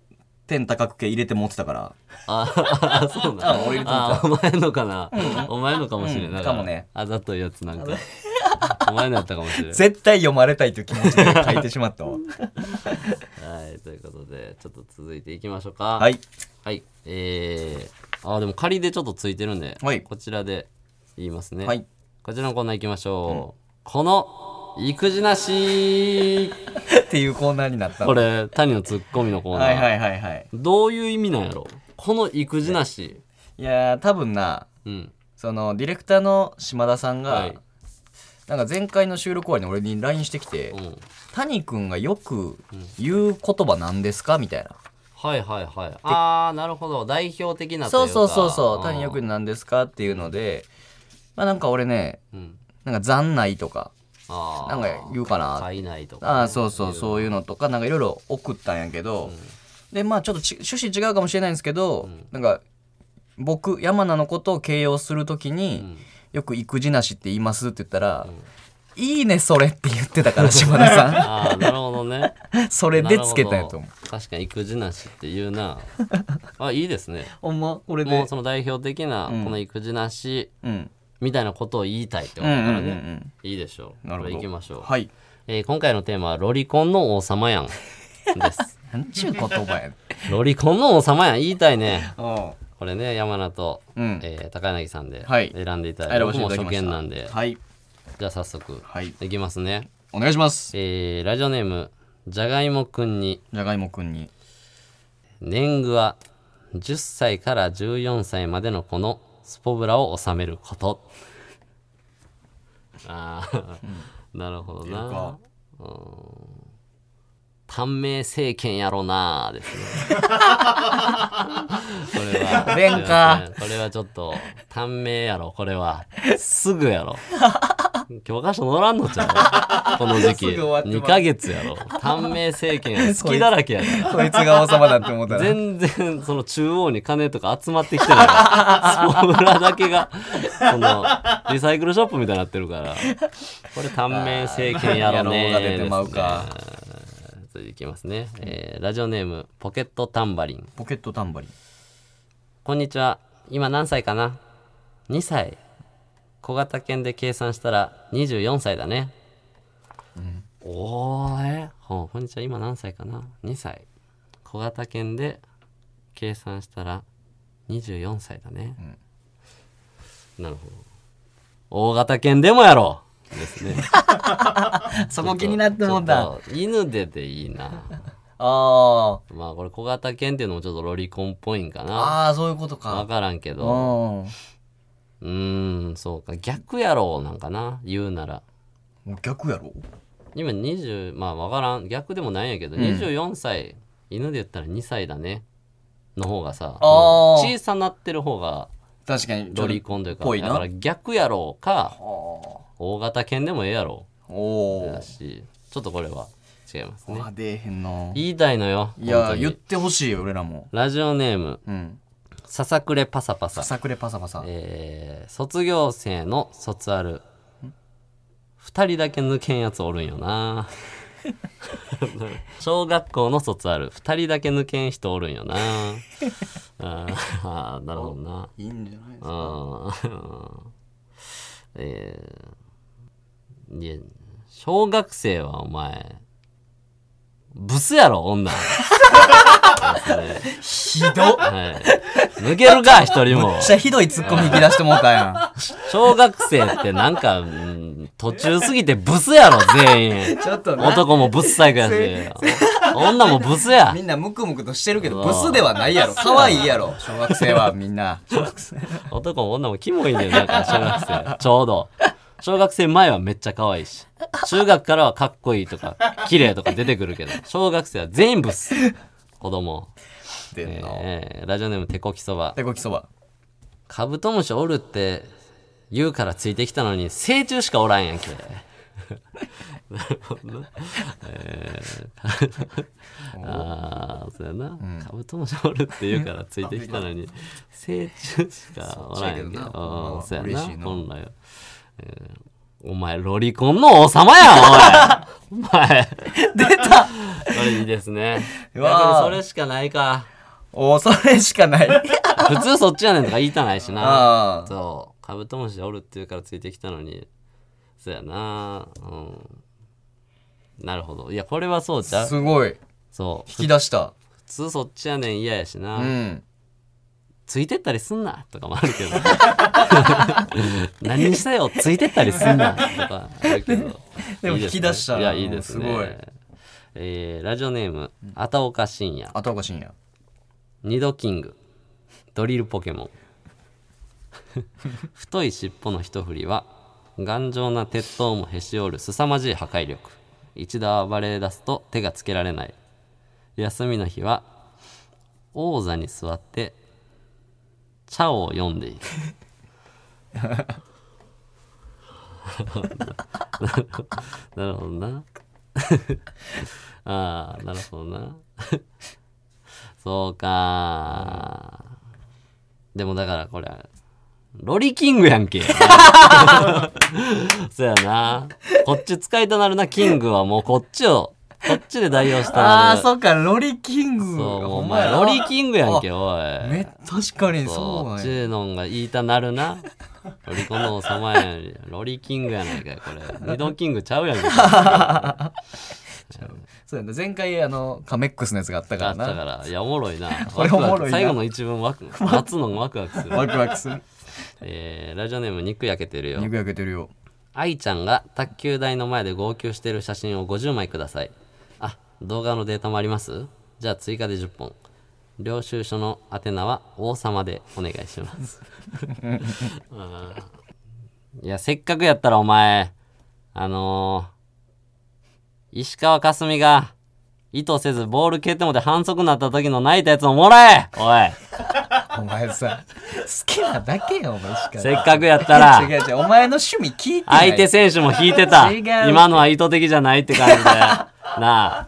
[SPEAKER 3] 天高く系入れて持ってたから
[SPEAKER 2] ああそうな
[SPEAKER 3] あ俺入れても
[SPEAKER 2] あお前のかな、お前のかもしれない、
[SPEAKER 3] うん
[SPEAKER 2] だら
[SPEAKER 3] かもね
[SPEAKER 2] あざといやつなんか お前のやったかもしれない
[SPEAKER 3] 絶対読まれたいという気持ちで書いてしまったわ
[SPEAKER 2] はい、ということで、ちょっと続いていきましょうか。
[SPEAKER 3] は。い。
[SPEAKER 2] はい。えー、あー、でも仮でちょっとついてるんで、
[SPEAKER 3] はい
[SPEAKER 2] こちらで言いますね。
[SPEAKER 3] はい。
[SPEAKER 2] こちらのコーナー行きましょう。この、育児なし
[SPEAKER 3] っていうコーナーになった。
[SPEAKER 2] これ、谷のツッコミのコーナー。
[SPEAKER 3] はいはいはいはい。
[SPEAKER 2] どういう意味なんやろこの育児なし。
[SPEAKER 3] いやー多分な、
[SPEAKER 2] うん。
[SPEAKER 3] そのディレクターの島田さんが、
[SPEAKER 2] はい
[SPEAKER 3] なんか前回の収録終わりに俺に LINE してきて
[SPEAKER 2] うん。
[SPEAKER 3] 「谷君がよく言う言葉なんですか?」みたいな
[SPEAKER 2] はいはいはい。あー、なるほど。代表的な
[SPEAKER 3] そうそうそうそう「
[SPEAKER 2] 谷
[SPEAKER 3] 谷よくなんですか?」っていうのでまあなんか俺ね
[SPEAKER 2] うん。
[SPEAKER 3] なんか「残ない」とか
[SPEAKER 2] あー
[SPEAKER 3] なんか言うかな
[SPEAKER 2] 体内とか。
[SPEAKER 3] ああそうそうそういうのとかなんかいろいろ送ったんやけど、でまあちょっとち趣旨違うかもしれないんですけど、なんか僕山名のことを形容するときに、よく育児なしって言いますって言ったら、いいねそれって言ってたから島田さ
[SPEAKER 2] あー、なるほど ね。
[SPEAKER 3] んそれでつけたんやと思う
[SPEAKER 2] なるほど確かに育児なしって言う なあいいですね
[SPEAKER 5] ほんまこれ
[SPEAKER 2] も
[SPEAKER 5] で
[SPEAKER 2] うその代表的なこの育児なし
[SPEAKER 3] うん
[SPEAKER 2] みたいなことを言いたいって
[SPEAKER 3] う
[SPEAKER 2] こ
[SPEAKER 3] ん
[SPEAKER 2] とだ
[SPEAKER 3] うん
[SPEAKER 2] か
[SPEAKER 3] うんう
[SPEAKER 2] らね、
[SPEAKER 3] ん
[SPEAKER 2] いいでしょう
[SPEAKER 3] なるほ
[SPEAKER 2] これ
[SPEAKER 3] ど
[SPEAKER 2] 行きましょう、
[SPEAKER 3] はい
[SPEAKER 2] えー今回のテーマは「ロリコンの王様やん」 です
[SPEAKER 3] なんちゅう言葉やねん
[SPEAKER 2] ロリコンの王様やん言いたいね
[SPEAKER 3] おう
[SPEAKER 2] これね山名と、
[SPEAKER 3] うん
[SPEAKER 2] えー高柳さんで
[SPEAKER 3] はい
[SPEAKER 2] 選んでいただい
[SPEAKER 3] 選
[SPEAKER 2] て、
[SPEAKER 3] ば
[SPEAKER 2] 僕
[SPEAKER 3] せてい
[SPEAKER 2] も
[SPEAKER 3] た
[SPEAKER 2] 初
[SPEAKER 3] だきました
[SPEAKER 2] 見なんで、
[SPEAKER 3] はい
[SPEAKER 2] じゃあ早速、
[SPEAKER 3] はい
[SPEAKER 2] いきますね、
[SPEAKER 3] お願いします
[SPEAKER 2] えーラジオネームじゃがいもくんに
[SPEAKER 3] じゃがいもくんに
[SPEAKER 2] 年貢は10歳から14歳までの子のスポブラを収めることああ、なるほど
[SPEAKER 3] っていう
[SPEAKER 2] な
[SPEAKER 3] か
[SPEAKER 2] うん短命政権やろなですね これは
[SPEAKER 3] 出んか
[SPEAKER 2] すいませんこれはちょっと短命やろこれはすぐやろ教科書乗らんのちゃうこの時期
[SPEAKER 5] すぐ終わってまう
[SPEAKER 2] 2ヶ月やろ短命政権や好きだらけやから
[SPEAKER 3] こいつが王様だって思ったら
[SPEAKER 2] 全然その中央に金とか集まってきてないスポブラだけがそのリサイクルショップみたいになってるからこれ短命政権やろね
[SPEAKER 3] 野郎が出てまうか
[SPEAKER 2] ですね続いていきますね、えーラジオネームポケットタンバリン
[SPEAKER 3] ポケットタンバリン
[SPEAKER 2] こんにちは今何歳かな2歳小型犬で計算したら24歳だね、おーえほうこんにちは今何歳かな2歳小型犬で計算したら24歳だね、なるほど大型犬でもやろですね
[SPEAKER 3] そ こ気になってもんだ
[SPEAKER 2] ちょっと犬ででいいな
[SPEAKER 3] あー
[SPEAKER 2] まあこれ小型犬っていうのもちょっとロリコンっぽいんかな
[SPEAKER 3] あーそういうこと
[SPEAKER 2] 分
[SPEAKER 3] か
[SPEAKER 2] からんけ
[SPEAKER 3] う
[SPEAKER 2] ど
[SPEAKER 3] ん
[SPEAKER 2] うーん、そうか。逆やろうなんかな、言うなら。
[SPEAKER 3] 逆やろ
[SPEAKER 2] 今20、まあわからん。逆でもないんやけど、24歳、犬で言ったら2歳だね。の方がさ、
[SPEAKER 3] あー
[SPEAKER 2] 小さなってる方が
[SPEAKER 3] 確かに
[SPEAKER 2] ロリコンというか、
[SPEAKER 3] ぽいな
[SPEAKER 2] だから逆やろうか、
[SPEAKER 3] お
[SPEAKER 2] 大型犬でもええやろ
[SPEAKER 3] お
[SPEAKER 2] う
[SPEAKER 3] ー
[SPEAKER 2] だし、ちょっとこれは違いますね
[SPEAKER 3] あ。出えへんな。い
[SPEAKER 2] 言いたいのよ。本当
[SPEAKER 3] や、
[SPEAKER 2] に
[SPEAKER 3] 言ってほしいよ、俺らも。
[SPEAKER 2] ラジオネーム、
[SPEAKER 3] うん。
[SPEAKER 2] ささくれパサパサ。
[SPEAKER 3] さくれパサパサ。
[SPEAKER 2] えー卒業生の卒アル2人だけ抜けんやつおるんよな 小学校の卒アル2人だけ抜けん人おるんよなあーあーなるほどない
[SPEAKER 3] いんじゃないです
[SPEAKER 2] うんえー、いや小学生はお前ブスやろ女
[SPEAKER 3] ひどっ
[SPEAKER 2] はい抜けるか一人も
[SPEAKER 3] めっちゃひどいツッコミ引き出してもうたや
[SPEAKER 2] 小学生ってなんか、うん途中すぎてブスやろ、 全員。
[SPEAKER 5] ちょっとな
[SPEAKER 2] 男もブスサイクやし。女もブスや
[SPEAKER 5] み。んなムクムクとしてるけ
[SPEAKER 2] う
[SPEAKER 5] ど
[SPEAKER 2] わ
[SPEAKER 5] ブスではないやろ可愛いやろ
[SPEAKER 3] ん。小学生 はみんな。
[SPEAKER 2] 男も女もキモいねん、なんか小学生。ちょうど。小学生前はめっちゃ可愛いし。中学からはかっこいいとか、綺麗とか出てくるけど、小学生は全員ブス。子供。
[SPEAKER 3] でんな。
[SPEAKER 2] えーラジオネーム手こきそば。
[SPEAKER 3] 手こきそば。
[SPEAKER 2] カブトムシおるって言うからついてきたのに成虫しかおらん やんけ。なるほどな。えーああ、そうやな、カブトムシおるって言うからついてきたの に成虫しかおらんやんけ。
[SPEAKER 3] そっちやけどな
[SPEAKER 2] うん
[SPEAKER 3] ほんまは
[SPEAKER 2] そうやな
[SPEAKER 3] 嬉しいな
[SPEAKER 2] 本来は、えーお前ロリコンの王様やんおいお 前出 たこれいいですね
[SPEAKER 3] うわー
[SPEAKER 2] 逆にそれしかないか
[SPEAKER 3] おー、それしかない。
[SPEAKER 2] 普通そっちやねんとか言いたないしな
[SPEAKER 3] ああ。
[SPEAKER 2] そうカブトムシおるって言うからついてきたのにそうやなうんなるほどいやこれはそうじゃう
[SPEAKER 3] すごい。
[SPEAKER 2] そう
[SPEAKER 3] 引き出した。
[SPEAKER 2] 普通そっちやねん嫌やしな、
[SPEAKER 3] うん。
[SPEAKER 2] ついてったりすんなとかもあるけど 何にしたよついてったりすんなとかあるけど
[SPEAKER 3] でも
[SPEAKER 2] いいすね
[SPEAKER 3] 引き出したない
[SPEAKER 2] やいいですね
[SPEAKER 3] もうすごい
[SPEAKER 2] えーラジオネーム「あたおかしんや」
[SPEAKER 3] あたおかしいんや。
[SPEAKER 2] 「二度キング」「ドリルポケモン」「 太い尻尾の一振りは頑丈な鉄塔もへし折る凄まじい破壊力」「一度暴れ出すと手がつけられない」「休みの日は王座に座って茶を読んでいる」なるほどな。ああ、なるほどな。そうかー。でもだからこれ、ロリキングやんけ。そうやな。こっち使いとなるな、キングはもうこっちを、こっちで代用したな
[SPEAKER 3] あ
[SPEAKER 2] る。
[SPEAKER 3] あ、そっか、ロリキング。
[SPEAKER 2] そうもうお
[SPEAKER 3] ほんま
[SPEAKER 2] 前、
[SPEAKER 3] や
[SPEAKER 2] ロリキングやんけ、おい。
[SPEAKER 3] め確かにそう
[SPEAKER 2] そう、
[SPEAKER 3] なん
[SPEAKER 2] チ
[SPEAKER 3] や
[SPEAKER 2] ューノンが言いたなるな。ロリコの王様やん。ロリキングやないかい、これ。二度キングちゃうやんけ。
[SPEAKER 3] そうやな前回、あの、カメックスのやつがあったか
[SPEAKER 2] あ
[SPEAKER 3] ら
[SPEAKER 2] ったか
[SPEAKER 3] な。
[SPEAKER 2] ら、いや、おもろいな。
[SPEAKER 3] これおもろいな
[SPEAKER 2] ワクワク最後の一文ワク、待つのもワクワクする。
[SPEAKER 3] ワクワクする。
[SPEAKER 2] えーラジオネーム肉焼けてるよ。
[SPEAKER 3] 肉焼けてるよ。
[SPEAKER 2] 愛ちゃんが卓球台の前で号泣してる写真を50枚ください。あ、動画のデータもありますじゃあ追加で10本。領収書の宛名は王様でお願いします。あーいや、せっかくやったらお前、あのー、石川佳純が意図せずボール蹴ってもで反則になった時の泣いたやつをもらえおい
[SPEAKER 3] お前さ、好きなだけや、お前しか。
[SPEAKER 2] せっかくやったら。
[SPEAKER 3] 違う違う、お前の趣味聞いてない。
[SPEAKER 2] 相手選手も引いてた。
[SPEAKER 3] 違う
[SPEAKER 2] 今のは意図的じゃないって感じ で。なあ。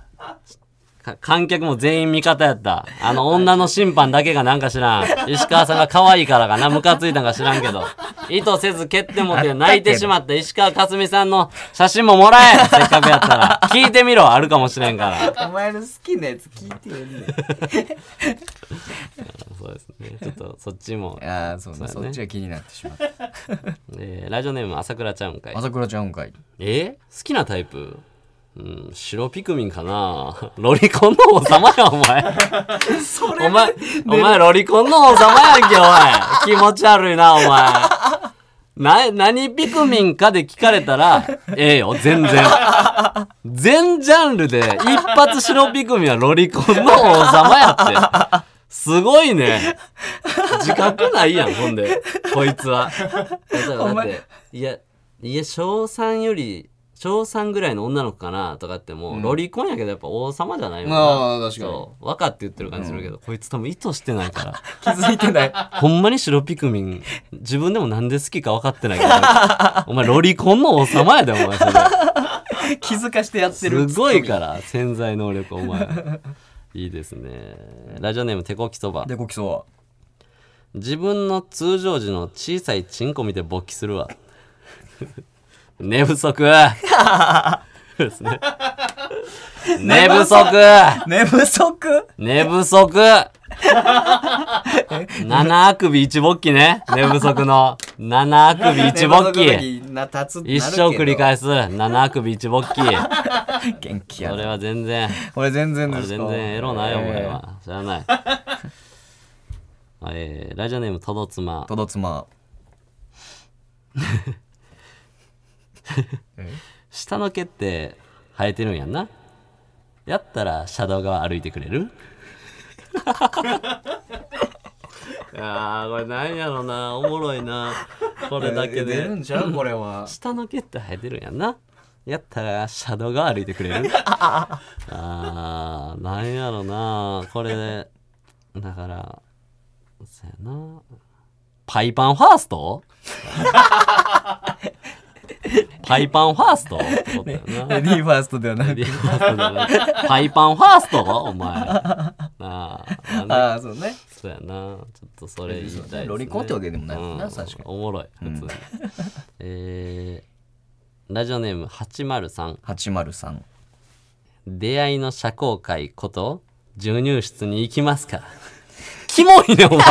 [SPEAKER 2] か観客も全員味方やった。あの女の審判だけがなんか知らん。石川さんが可愛いからかな、ムカついたんか知らんけど。意図せず蹴ってもって泣いてしまった石川佳純さんの写真ももらえせっかくやったら。聞いてみろ、あるかもしれんから。
[SPEAKER 5] お前の好きなやつ聞いてる ねん
[SPEAKER 2] そうですね。ちょっとそっちも。
[SPEAKER 3] ああ、そうね。
[SPEAKER 2] そう
[SPEAKER 3] そ
[SPEAKER 2] やね
[SPEAKER 3] っちが気になってしまった。
[SPEAKER 2] えーラジオネーム、朝倉ちゃうんかい。
[SPEAKER 3] 朝倉ちゃうんかい。
[SPEAKER 2] えー好きなタイプうん、白ピクミンかなロリコンの王様や、お前。お前、お前、ロリコンの王様やんけ、おい。気持ち悪いな、お前。な、何ピクミンかで聞かれたら、ええよ、全然。全ジャンルで、一発白ピクミンはロリコンの王様やって。すごいね。自覚ないやん、ほんで。こいつは。いやだからだって、いや、いや、小3より、小3ぐらいの女の子かなとかってもう、ロリコンやけどやっぱ王様じゃないもんな。
[SPEAKER 3] あー確かに
[SPEAKER 2] そう。分かって言ってる感じするけど、こいつ多分意図してないから。
[SPEAKER 3] 気づいてない。
[SPEAKER 2] ほんまに白ピクミン、自分でもなんで好きか分かってない けど、お前ロリコンの王様やで、お前それ。
[SPEAKER 3] 気づかしてやって
[SPEAKER 2] す
[SPEAKER 3] る。
[SPEAKER 2] ごいから、潜在能力、お前。いいですね。ラジオネーム、手こきそば。
[SPEAKER 3] でこきそうは。
[SPEAKER 2] 自分の通常時の小さいチンコ見て勃起するわ。 寝不 足そうですね寝不足
[SPEAKER 3] 寝不足
[SPEAKER 2] 寝不足七あくび一勃起ね。寝不足の。七あくび一勃起。
[SPEAKER 5] な立つってなるけど
[SPEAKER 2] 一生繰り返す。七あくび一勃起。
[SPEAKER 3] 元気や
[SPEAKER 2] それ
[SPEAKER 3] な。
[SPEAKER 2] は全然、
[SPEAKER 3] 俺全然ですか
[SPEAKER 2] 全然エロないよ、お前。
[SPEAKER 3] え
[SPEAKER 2] は。知らない。えー、ラジオネーム、とどつま
[SPEAKER 3] ー。とどつま。
[SPEAKER 2] 下の毛って生えてるんやんなやったら車道側歩いてくれる あーこれなんやろなおもろいなこれだけ
[SPEAKER 5] 出る
[SPEAKER 2] で
[SPEAKER 5] んちゃうこれ は。
[SPEAKER 2] 下の毛って生えてるんやんなやったら車道側歩いてくれるあーなんやろなこれでだからそやなパイパンファーストパイパンファーストってことやな、
[SPEAKER 3] レディーファーストではなく
[SPEAKER 2] いやそうだなパイパンファーストお前。なあ、なんで
[SPEAKER 3] ああ、そうね。
[SPEAKER 2] そうやな。ちょっとそれ言いたいです、ね。
[SPEAKER 3] ロリコンってわけでもないもんな
[SPEAKER 2] うん
[SPEAKER 3] 確かに
[SPEAKER 2] おもろい、普通に。 えーラジオネーム803。
[SPEAKER 3] 803。
[SPEAKER 2] 出会いの社交界こと、授乳室に行きますか。 キモいね、お前。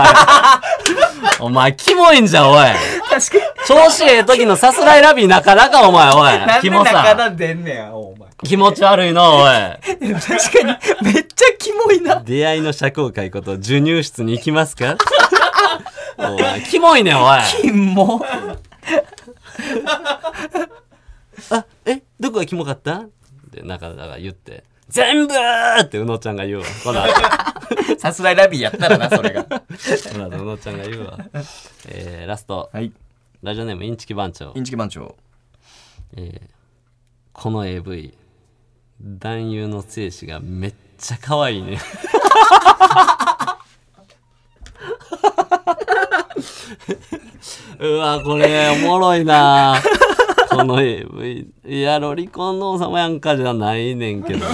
[SPEAKER 2] お前、キモいんじゃん、おい。
[SPEAKER 3] 確かに。
[SPEAKER 2] 調子ええ時のさすらいラビーなかなかお前おい。キモさ。
[SPEAKER 3] 出んねや、お前。
[SPEAKER 2] 気持ち悪いなおい。
[SPEAKER 3] 確かに、めっちゃキモいな。
[SPEAKER 2] 出会いの社交界こと授乳室に行きますか おい、キモいねおい。
[SPEAKER 3] キモ。
[SPEAKER 2] あ、え、どこがキモかったって、なんか、だから言って、全部ーって、うのちゃんが言うわ。ほら、
[SPEAKER 3] さすらいラビーやったらな、そ れが。
[SPEAKER 2] ほら、うのちゃんが言うわ。えー、ラスト、
[SPEAKER 6] はい。
[SPEAKER 2] ラジオネーム、インチキ番長
[SPEAKER 6] イ。ンチキ番長。
[SPEAKER 2] えー、この AV、男優の精子がめっちゃ可愛いね。うわ、これ、おもろいな。この AV、いや、ロリコンの王様やんかじゃないねんけどな。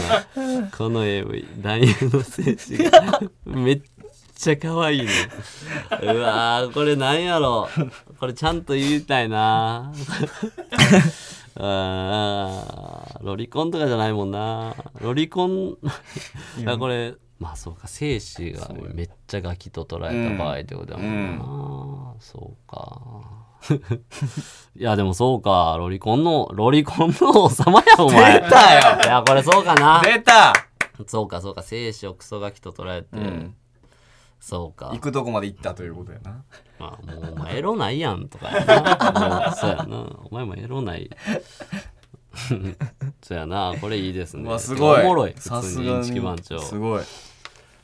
[SPEAKER 2] この AV、男優の精子がめっちゃ可愛いね。うわ、これなんやろ。これちゃんと言いたいな。あーロリコンとかじゃないもんなロリコンあこれまあそうか精子がめっちゃガキと捉えた場合ってことだもんな、そうか いやでもそうかロリコンのロリコンの王様やお前
[SPEAKER 3] 出たよ
[SPEAKER 2] いやこれそうかな
[SPEAKER 3] 出た
[SPEAKER 2] そうかそうか精子をクソガキと捉えて、
[SPEAKER 3] ん
[SPEAKER 2] そうか
[SPEAKER 3] 行くとこまで行ったということやな。
[SPEAKER 2] まあ、もうお前エロないやんと かやな。もうそうやな。お前もエロない。 そうやな。これいいですね。
[SPEAKER 3] うわすごい
[SPEAKER 2] おもろい。
[SPEAKER 3] さ
[SPEAKER 2] 普
[SPEAKER 3] す
[SPEAKER 2] 通
[SPEAKER 3] が
[SPEAKER 2] に
[SPEAKER 3] に
[SPEAKER 2] インチキ番長。
[SPEAKER 3] すごい。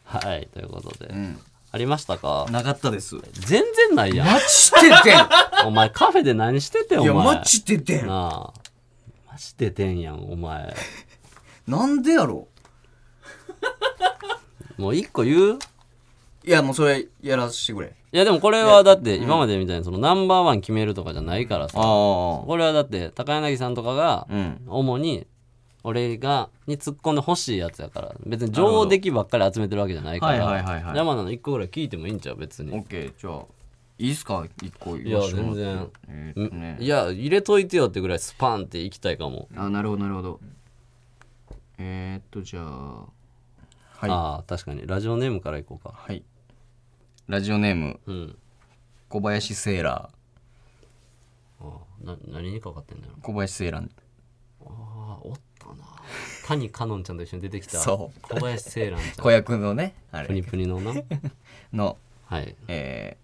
[SPEAKER 2] はい。ということで。
[SPEAKER 3] ん
[SPEAKER 2] ありましたか
[SPEAKER 3] なかったです。
[SPEAKER 2] 全然ないやん。
[SPEAKER 3] マジでてん
[SPEAKER 2] お前カフェで何しててんお
[SPEAKER 3] いや、
[SPEAKER 2] 前。
[SPEAKER 3] マジでて ん
[SPEAKER 2] なあ。マジでてんやん、お前。
[SPEAKER 3] なんでやろ
[SPEAKER 2] もう一個言う
[SPEAKER 3] いや、もうそれやらしてくれ。
[SPEAKER 2] いやでもこれはだって今までみたいにそのナンバーワン決めるとかじゃないからさ。
[SPEAKER 3] あ。
[SPEAKER 2] これはだって高柳さんとかが
[SPEAKER 3] うん。
[SPEAKER 2] 主に俺がに突っ込んでほしいやつやから別に上出来ばっかり集めてるわけじゃないから
[SPEAKER 3] はいはいはいはい
[SPEAKER 2] 山名の1個ぐらい聞いてもいいんちゃう別
[SPEAKER 3] オ
[SPEAKER 2] に
[SPEAKER 3] ッケー、じゃあ、いいっすか一個
[SPEAKER 2] い
[SPEAKER 3] 言
[SPEAKER 2] や
[SPEAKER 3] わせても
[SPEAKER 2] 全
[SPEAKER 3] らって
[SPEAKER 2] 然、
[SPEAKER 3] えーっと
[SPEAKER 2] うん
[SPEAKER 3] ね
[SPEAKER 2] いや入れといてよってぐらいスパンっていきたいかも、
[SPEAKER 3] あ、なるほど、なるほど。えー、っと、じゃあ、はい
[SPEAKER 2] ああ確かにラジオネームからいこうか
[SPEAKER 3] はい。ラジオネーム、
[SPEAKER 2] うん
[SPEAKER 3] 小林セーラ
[SPEAKER 2] ああな何にかかってんだろう
[SPEAKER 3] ー。小林セーラー。
[SPEAKER 2] ああおったな谷かのんちゃんと一緒に出てきた
[SPEAKER 3] そう
[SPEAKER 2] 小林セイランちゃ
[SPEAKER 3] 子
[SPEAKER 2] ん
[SPEAKER 3] 役のね、あ
[SPEAKER 2] プニ
[SPEAKER 3] れ
[SPEAKER 2] プニのな
[SPEAKER 3] の、
[SPEAKER 2] はい
[SPEAKER 3] え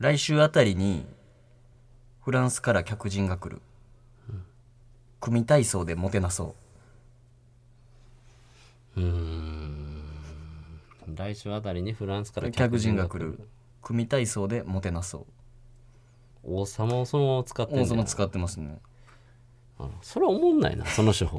[SPEAKER 3] ー、来週あたりに、フランスから客人が来る。組体操でもてなそう
[SPEAKER 2] ーん来週あたりにフランスから
[SPEAKER 3] う。客人が来る。組体操でもてなそう。
[SPEAKER 2] 王様をそのまま使ってんね
[SPEAKER 3] 王
[SPEAKER 2] ん
[SPEAKER 3] 様使ってますね。
[SPEAKER 2] あそれは思んないな、その手 法。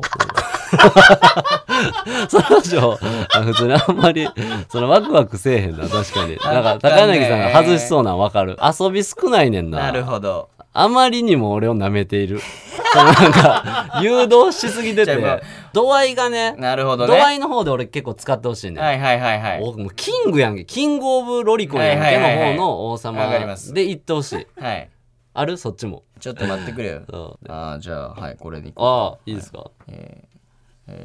[SPEAKER 2] その手法、あ普通にあんまり、そのワクワクせえへんな、確かに。なんか、高柳さんが外しそうなんわかる。遊び少ないねんな。
[SPEAKER 3] なるほど。
[SPEAKER 2] あまりにも俺を舐めている。そのなんか、誘導しすぎて
[SPEAKER 3] じゃあまあ
[SPEAKER 2] て、度合いがね、
[SPEAKER 3] なるほど
[SPEAKER 2] 度合
[SPEAKER 3] ね。
[SPEAKER 2] いの方で俺結構使ってほしいね。
[SPEAKER 3] はいはいはいはい。
[SPEAKER 2] おもうキングやんけ、キングオブロリコンやんけ
[SPEAKER 3] はいはいはいはい
[SPEAKER 2] の方の王様
[SPEAKER 3] わかります
[SPEAKER 2] で言ってほしい。
[SPEAKER 3] はい。
[SPEAKER 2] あるそっちも。
[SPEAKER 3] ちょっと待ってく れよ。
[SPEAKER 2] そう
[SPEAKER 3] ああ、じゃあ、はい、これに。
[SPEAKER 2] ああ、いいですか。
[SPEAKER 3] えー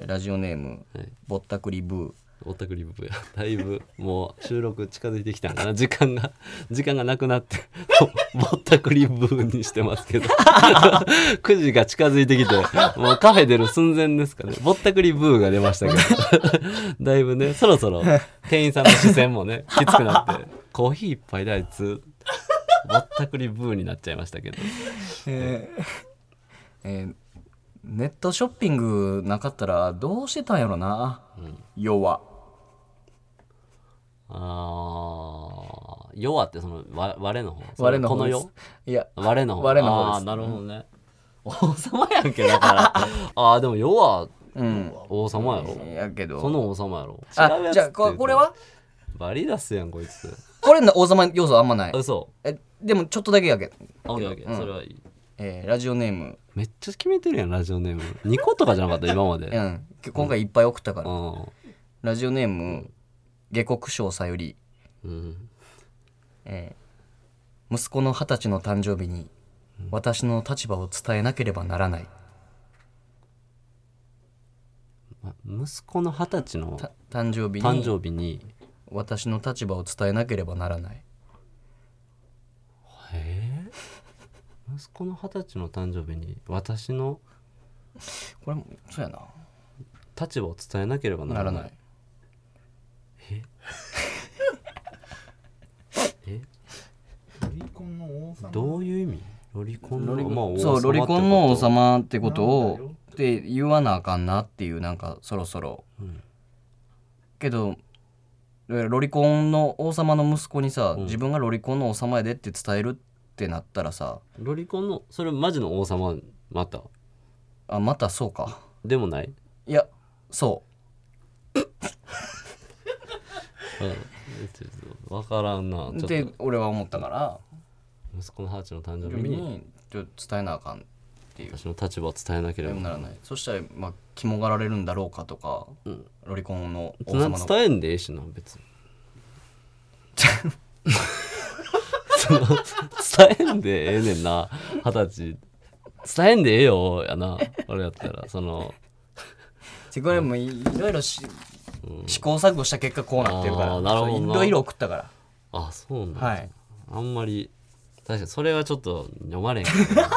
[SPEAKER 3] ラジオネーム、
[SPEAKER 2] はい
[SPEAKER 3] ぼったくりブー。
[SPEAKER 2] オタクリブやだいぶもう収録近づいてきたんかな時間が時間がなくなってもうぼったくりブーにしてますけど 9時が近づいてきてもうカフェ出る寸前ですかねぼったくりブーが出ましたけどだいぶねそろそろ店員さんの視線もねきつくなってコーヒー一杯であいつぼったくりブーになっちゃいましたけど
[SPEAKER 3] えーネットショッピングなかったらどうしてたんやろな、要は
[SPEAKER 2] あー弱ってそのわ我の方
[SPEAKER 3] 我の
[SPEAKER 2] この
[SPEAKER 3] 方です
[SPEAKER 2] 世
[SPEAKER 3] いや
[SPEAKER 2] 我の方
[SPEAKER 3] 我の方です
[SPEAKER 2] ああなるほどね、王様やんけだから ああでも要は
[SPEAKER 3] うん
[SPEAKER 2] 王様やろ
[SPEAKER 3] やけど
[SPEAKER 2] その王様やろ違う
[SPEAKER 3] あ
[SPEAKER 2] やつ
[SPEAKER 3] じゃあ
[SPEAKER 2] って言う
[SPEAKER 3] ことこれは
[SPEAKER 2] バリ出すやんこいつ
[SPEAKER 3] これの王様要素あんまない
[SPEAKER 2] あ嘘
[SPEAKER 3] えでもちょっとだけやけど、
[SPEAKER 2] オッケーオッケーそれはいい
[SPEAKER 3] えーラジオネーム、
[SPEAKER 2] めっちゃ決めてるやんラジオネーム2個とかじゃなかった今まで
[SPEAKER 3] うん、今回いっぱい送ったから、
[SPEAKER 2] うん
[SPEAKER 3] ラジオネーム下克上さゆり
[SPEAKER 2] うん
[SPEAKER 3] 息子の二十歳の誕生日に私の立場を伝えなければならない
[SPEAKER 2] ま息子の二十歳の
[SPEAKER 3] た誕生日
[SPEAKER 2] 誕
[SPEAKER 3] に
[SPEAKER 2] 生日に
[SPEAKER 3] 私の立場を伝えなければならない
[SPEAKER 2] 息子の二十歳の誕生日に私の
[SPEAKER 3] これもそうやな
[SPEAKER 2] 立場を伝えなければな
[SPEAKER 3] な
[SPEAKER 2] らな
[SPEAKER 3] ら
[SPEAKER 2] い
[SPEAKER 3] ない
[SPEAKER 2] え
[SPEAKER 4] ロリコンの王様
[SPEAKER 2] どういう意味ロリコンのまあ王様
[SPEAKER 3] そうロリコンの王
[SPEAKER 2] って
[SPEAKER 3] 様ってこと
[SPEAKER 4] なんだよ
[SPEAKER 3] をって言わなあかんなっていうなんかそろそろ、
[SPEAKER 2] ん
[SPEAKER 3] けどロリコンの王様の息子にさ、自分がロリコンの王様やでって伝えるってなったらさ
[SPEAKER 2] ことロリコンのそれマジの王様また
[SPEAKER 3] あまたそうか
[SPEAKER 2] でもない
[SPEAKER 3] いやそう
[SPEAKER 2] うんちょっと分からんな
[SPEAKER 3] っ
[SPEAKER 2] ちょ
[SPEAKER 3] て
[SPEAKER 2] っと
[SPEAKER 3] 俺は思ったから
[SPEAKER 2] 息子の二十歳の誕生日
[SPEAKER 3] 君
[SPEAKER 2] に
[SPEAKER 3] にちょっと伝えなあかんっていう
[SPEAKER 2] 私の立場を伝えなけれ
[SPEAKER 3] で
[SPEAKER 2] ば
[SPEAKER 3] も
[SPEAKER 2] なら
[SPEAKER 3] なら
[SPEAKER 2] ない
[SPEAKER 3] ないそしたらまあ肝がられるんだろうかとか、
[SPEAKER 2] うん
[SPEAKER 3] ロリコンの王様
[SPEAKER 2] な
[SPEAKER 3] の
[SPEAKER 2] 伝えんでええしな別にその伝えんでええねんな二十歳伝えんでええよやな俺やったらその
[SPEAKER 3] 違うもういいろいろし、試行錯誤した結果こうなってるか
[SPEAKER 2] あ
[SPEAKER 3] ら
[SPEAKER 2] ーなるほどな
[SPEAKER 3] そういろいろ送ったから
[SPEAKER 2] あそうなんだ、
[SPEAKER 3] はい
[SPEAKER 2] あんまり確かにそれはちょっと読まれん からな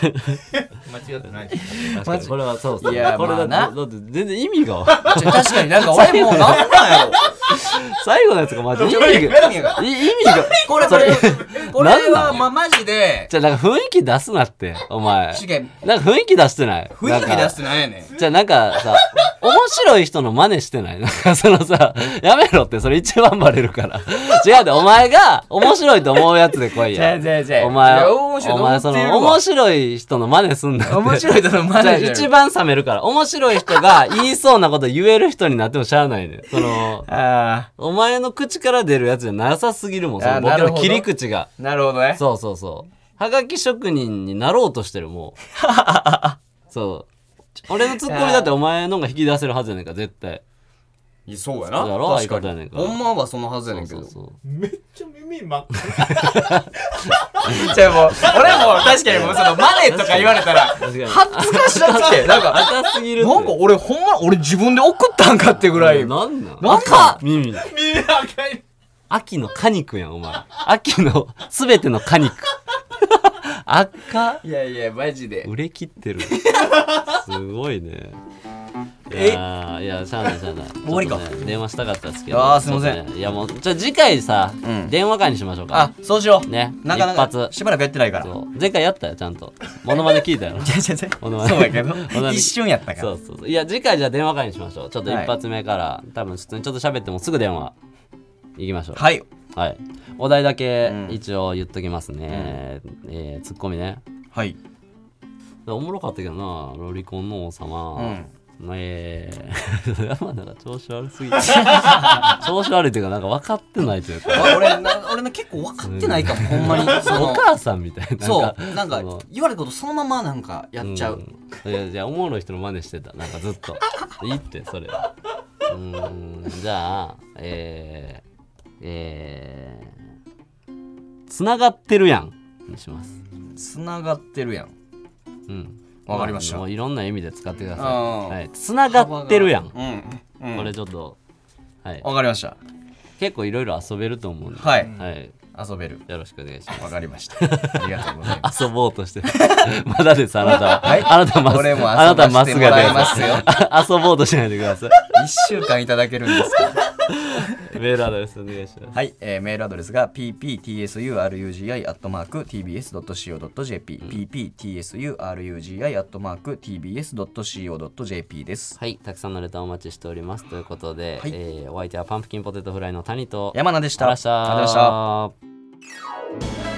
[SPEAKER 4] 間違ってない
[SPEAKER 2] 確かにこれはそうそう
[SPEAKER 3] いや
[SPEAKER 2] これだ,、
[SPEAKER 3] まあな
[SPEAKER 2] だって全然意味が
[SPEAKER 3] ちょ確かになんか俺もうな んなんや
[SPEAKER 2] 最後のやつがマジ意味が
[SPEAKER 3] ろ
[SPEAKER 2] い意味が
[SPEAKER 3] これこれこ
[SPEAKER 2] なんな
[SPEAKER 3] れ
[SPEAKER 2] ん
[SPEAKER 3] はまあマジで
[SPEAKER 2] じゃあなんか雰囲気出すなってお前
[SPEAKER 3] 違う
[SPEAKER 2] なんか雰囲気出してない
[SPEAKER 3] 雰囲気出して
[SPEAKER 2] な
[SPEAKER 3] ないやねん
[SPEAKER 2] んかじゃあなんかさ面白い人の真似してないなんかそのさやめろってそれ一番バレるから違うでお前が面白いと思うやつで来いや
[SPEAKER 3] 違う違う違う
[SPEAKER 2] お前
[SPEAKER 3] いや面白いと
[SPEAKER 2] お
[SPEAKER 3] 思
[SPEAKER 2] 前
[SPEAKER 3] って
[SPEAKER 2] そ
[SPEAKER 3] るわ
[SPEAKER 2] の面白い人の真似すんなって
[SPEAKER 3] 面白いだろマ
[SPEAKER 2] じゃあ
[SPEAKER 3] ジで
[SPEAKER 2] 一番冷めるから面白い人が言いそうなこと言える人になってもしゃあないねその
[SPEAKER 3] あ
[SPEAKER 2] お前の口から出るやつじゃなさすぎるもんその
[SPEAKER 3] あー
[SPEAKER 2] ボケ
[SPEAKER 3] なる
[SPEAKER 2] の
[SPEAKER 3] ほど
[SPEAKER 2] 切り口が
[SPEAKER 3] あなるほどね
[SPEAKER 2] そうそうそうはがき職人になろうとしてる もうそう俺のツッコミだってお前のが引き出せるはずやねんから絶対
[SPEAKER 5] いやそうや
[SPEAKER 2] そ
[SPEAKER 5] な
[SPEAKER 2] うやろ
[SPEAKER 5] 確
[SPEAKER 2] 相方や
[SPEAKER 5] か
[SPEAKER 2] ねん
[SPEAKER 5] に
[SPEAKER 2] から
[SPEAKER 5] ほんまはそのはずや
[SPEAKER 2] そ
[SPEAKER 5] ね
[SPEAKER 2] うん
[SPEAKER 5] け
[SPEAKER 2] そ
[SPEAKER 5] ど
[SPEAKER 2] うそう
[SPEAKER 4] めっちゃ耳真っ赤
[SPEAKER 3] じゃあもう俺も確かにもうそのマネとか言われたら
[SPEAKER 2] 確かに
[SPEAKER 3] 恥ずかしな ってなんか
[SPEAKER 2] 赤すぎるって
[SPEAKER 3] なんか俺ほんま俺自分で送ったんかってぐらい
[SPEAKER 2] なんなん
[SPEAKER 3] なんか
[SPEAKER 2] 耳
[SPEAKER 4] 耳赤い
[SPEAKER 2] 秋の果肉やんお前秋の全ての果肉 赤
[SPEAKER 5] いやいやマジで
[SPEAKER 2] 売れ切って るすごいねいやーいやしゃあないしゃあない終
[SPEAKER 3] わりか
[SPEAKER 2] 電話したかったですけど
[SPEAKER 3] あーすいませ
[SPEAKER 2] ち
[SPEAKER 3] ん
[SPEAKER 2] ょっとねいやもうじゃあ次回さ、
[SPEAKER 3] ん
[SPEAKER 2] 電話会にしましょう
[SPEAKER 3] あ
[SPEAKER 2] か
[SPEAKER 3] そうしよう
[SPEAKER 2] ね
[SPEAKER 3] なかな
[SPEAKER 2] 一
[SPEAKER 3] か
[SPEAKER 2] 発
[SPEAKER 3] しばらくやってないから
[SPEAKER 2] そう前回やったよちゃんとモノマネ聞い たよ
[SPEAKER 3] 違う違う違う
[SPEAKER 2] モノマネ
[SPEAKER 3] そうや けど
[SPEAKER 2] モノマネ
[SPEAKER 3] 一瞬やったから
[SPEAKER 2] そうそうそういや次回じゃあ電話会にしましょうちょっと一発目から、多分普通にちょっと喋ってもすぐ電話行きましょう
[SPEAKER 3] はい
[SPEAKER 2] はいお題だけ
[SPEAKER 3] うん
[SPEAKER 2] 一応言っときますね、えーツッコミね
[SPEAKER 3] はい
[SPEAKER 2] おもろかったけどなロリコンの王様、
[SPEAKER 3] うん
[SPEAKER 2] ええ山名が 調子悪すぎて調子悪いっていうかなんか分かってないというか
[SPEAKER 5] あ俺な俺な結構分かってないかもほんま にそ
[SPEAKER 2] お
[SPEAKER 5] の
[SPEAKER 2] 母さんみたいな
[SPEAKER 5] そうなんか
[SPEAKER 2] その
[SPEAKER 5] 言われたことそのままなんかやっちゃう、
[SPEAKER 2] んいやじゃあおもろい人の真似してたなんかずっといいってそれうーんじゃあえー、えー、つながってるやんにします
[SPEAKER 3] つながってるやん
[SPEAKER 2] うん
[SPEAKER 3] わかりました
[SPEAKER 2] もういろんな意味で使ってください、
[SPEAKER 5] うん
[SPEAKER 2] はい、つながってるやん、
[SPEAKER 5] うんうん
[SPEAKER 2] これちょっとはい
[SPEAKER 3] わかりました
[SPEAKER 2] 結構いろいろ遊べると思うんでは
[SPEAKER 3] はい
[SPEAKER 2] はい、
[SPEAKER 3] 遊べる
[SPEAKER 2] よろしくお願いし
[SPEAKER 3] わかりましたありがとうございます
[SPEAKER 2] ます。遊ぼうとしてる。まだです、あなたは。
[SPEAKER 3] はい
[SPEAKER 2] あなたまっ
[SPEAKER 3] 俺も遊ばせて
[SPEAKER 2] あなたまっすぐやってくだ
[SPEAKER 3] もらい
[SPEAKER 2] さい遊ぼうとしないでくださ い。
[SPEAKER 3] 1週間いただけるんですけど
[SPEAKER 2] メールアドレスお願いします。
[SPEAKER 3] はい、えーメールアドレスが pptsurugi.tbs.co.jp、pptsurugi.tbs.co.jp です。
[SPEAKER 2] はい、たくさんのレターお待ちしております。ということで、
[SPEAKER 3] はい
[SPEAKER 2] えーお相手はパンプキンポテトフライの谷と、
[SPEAKER 3] 山名でした。
[SPEAKER 2] ありがとうございま
[SPEAKER 3] ありがとうござ
[SPEAKER 2] し
[SPEAKER 3] いました
[SPEAKER 2] た。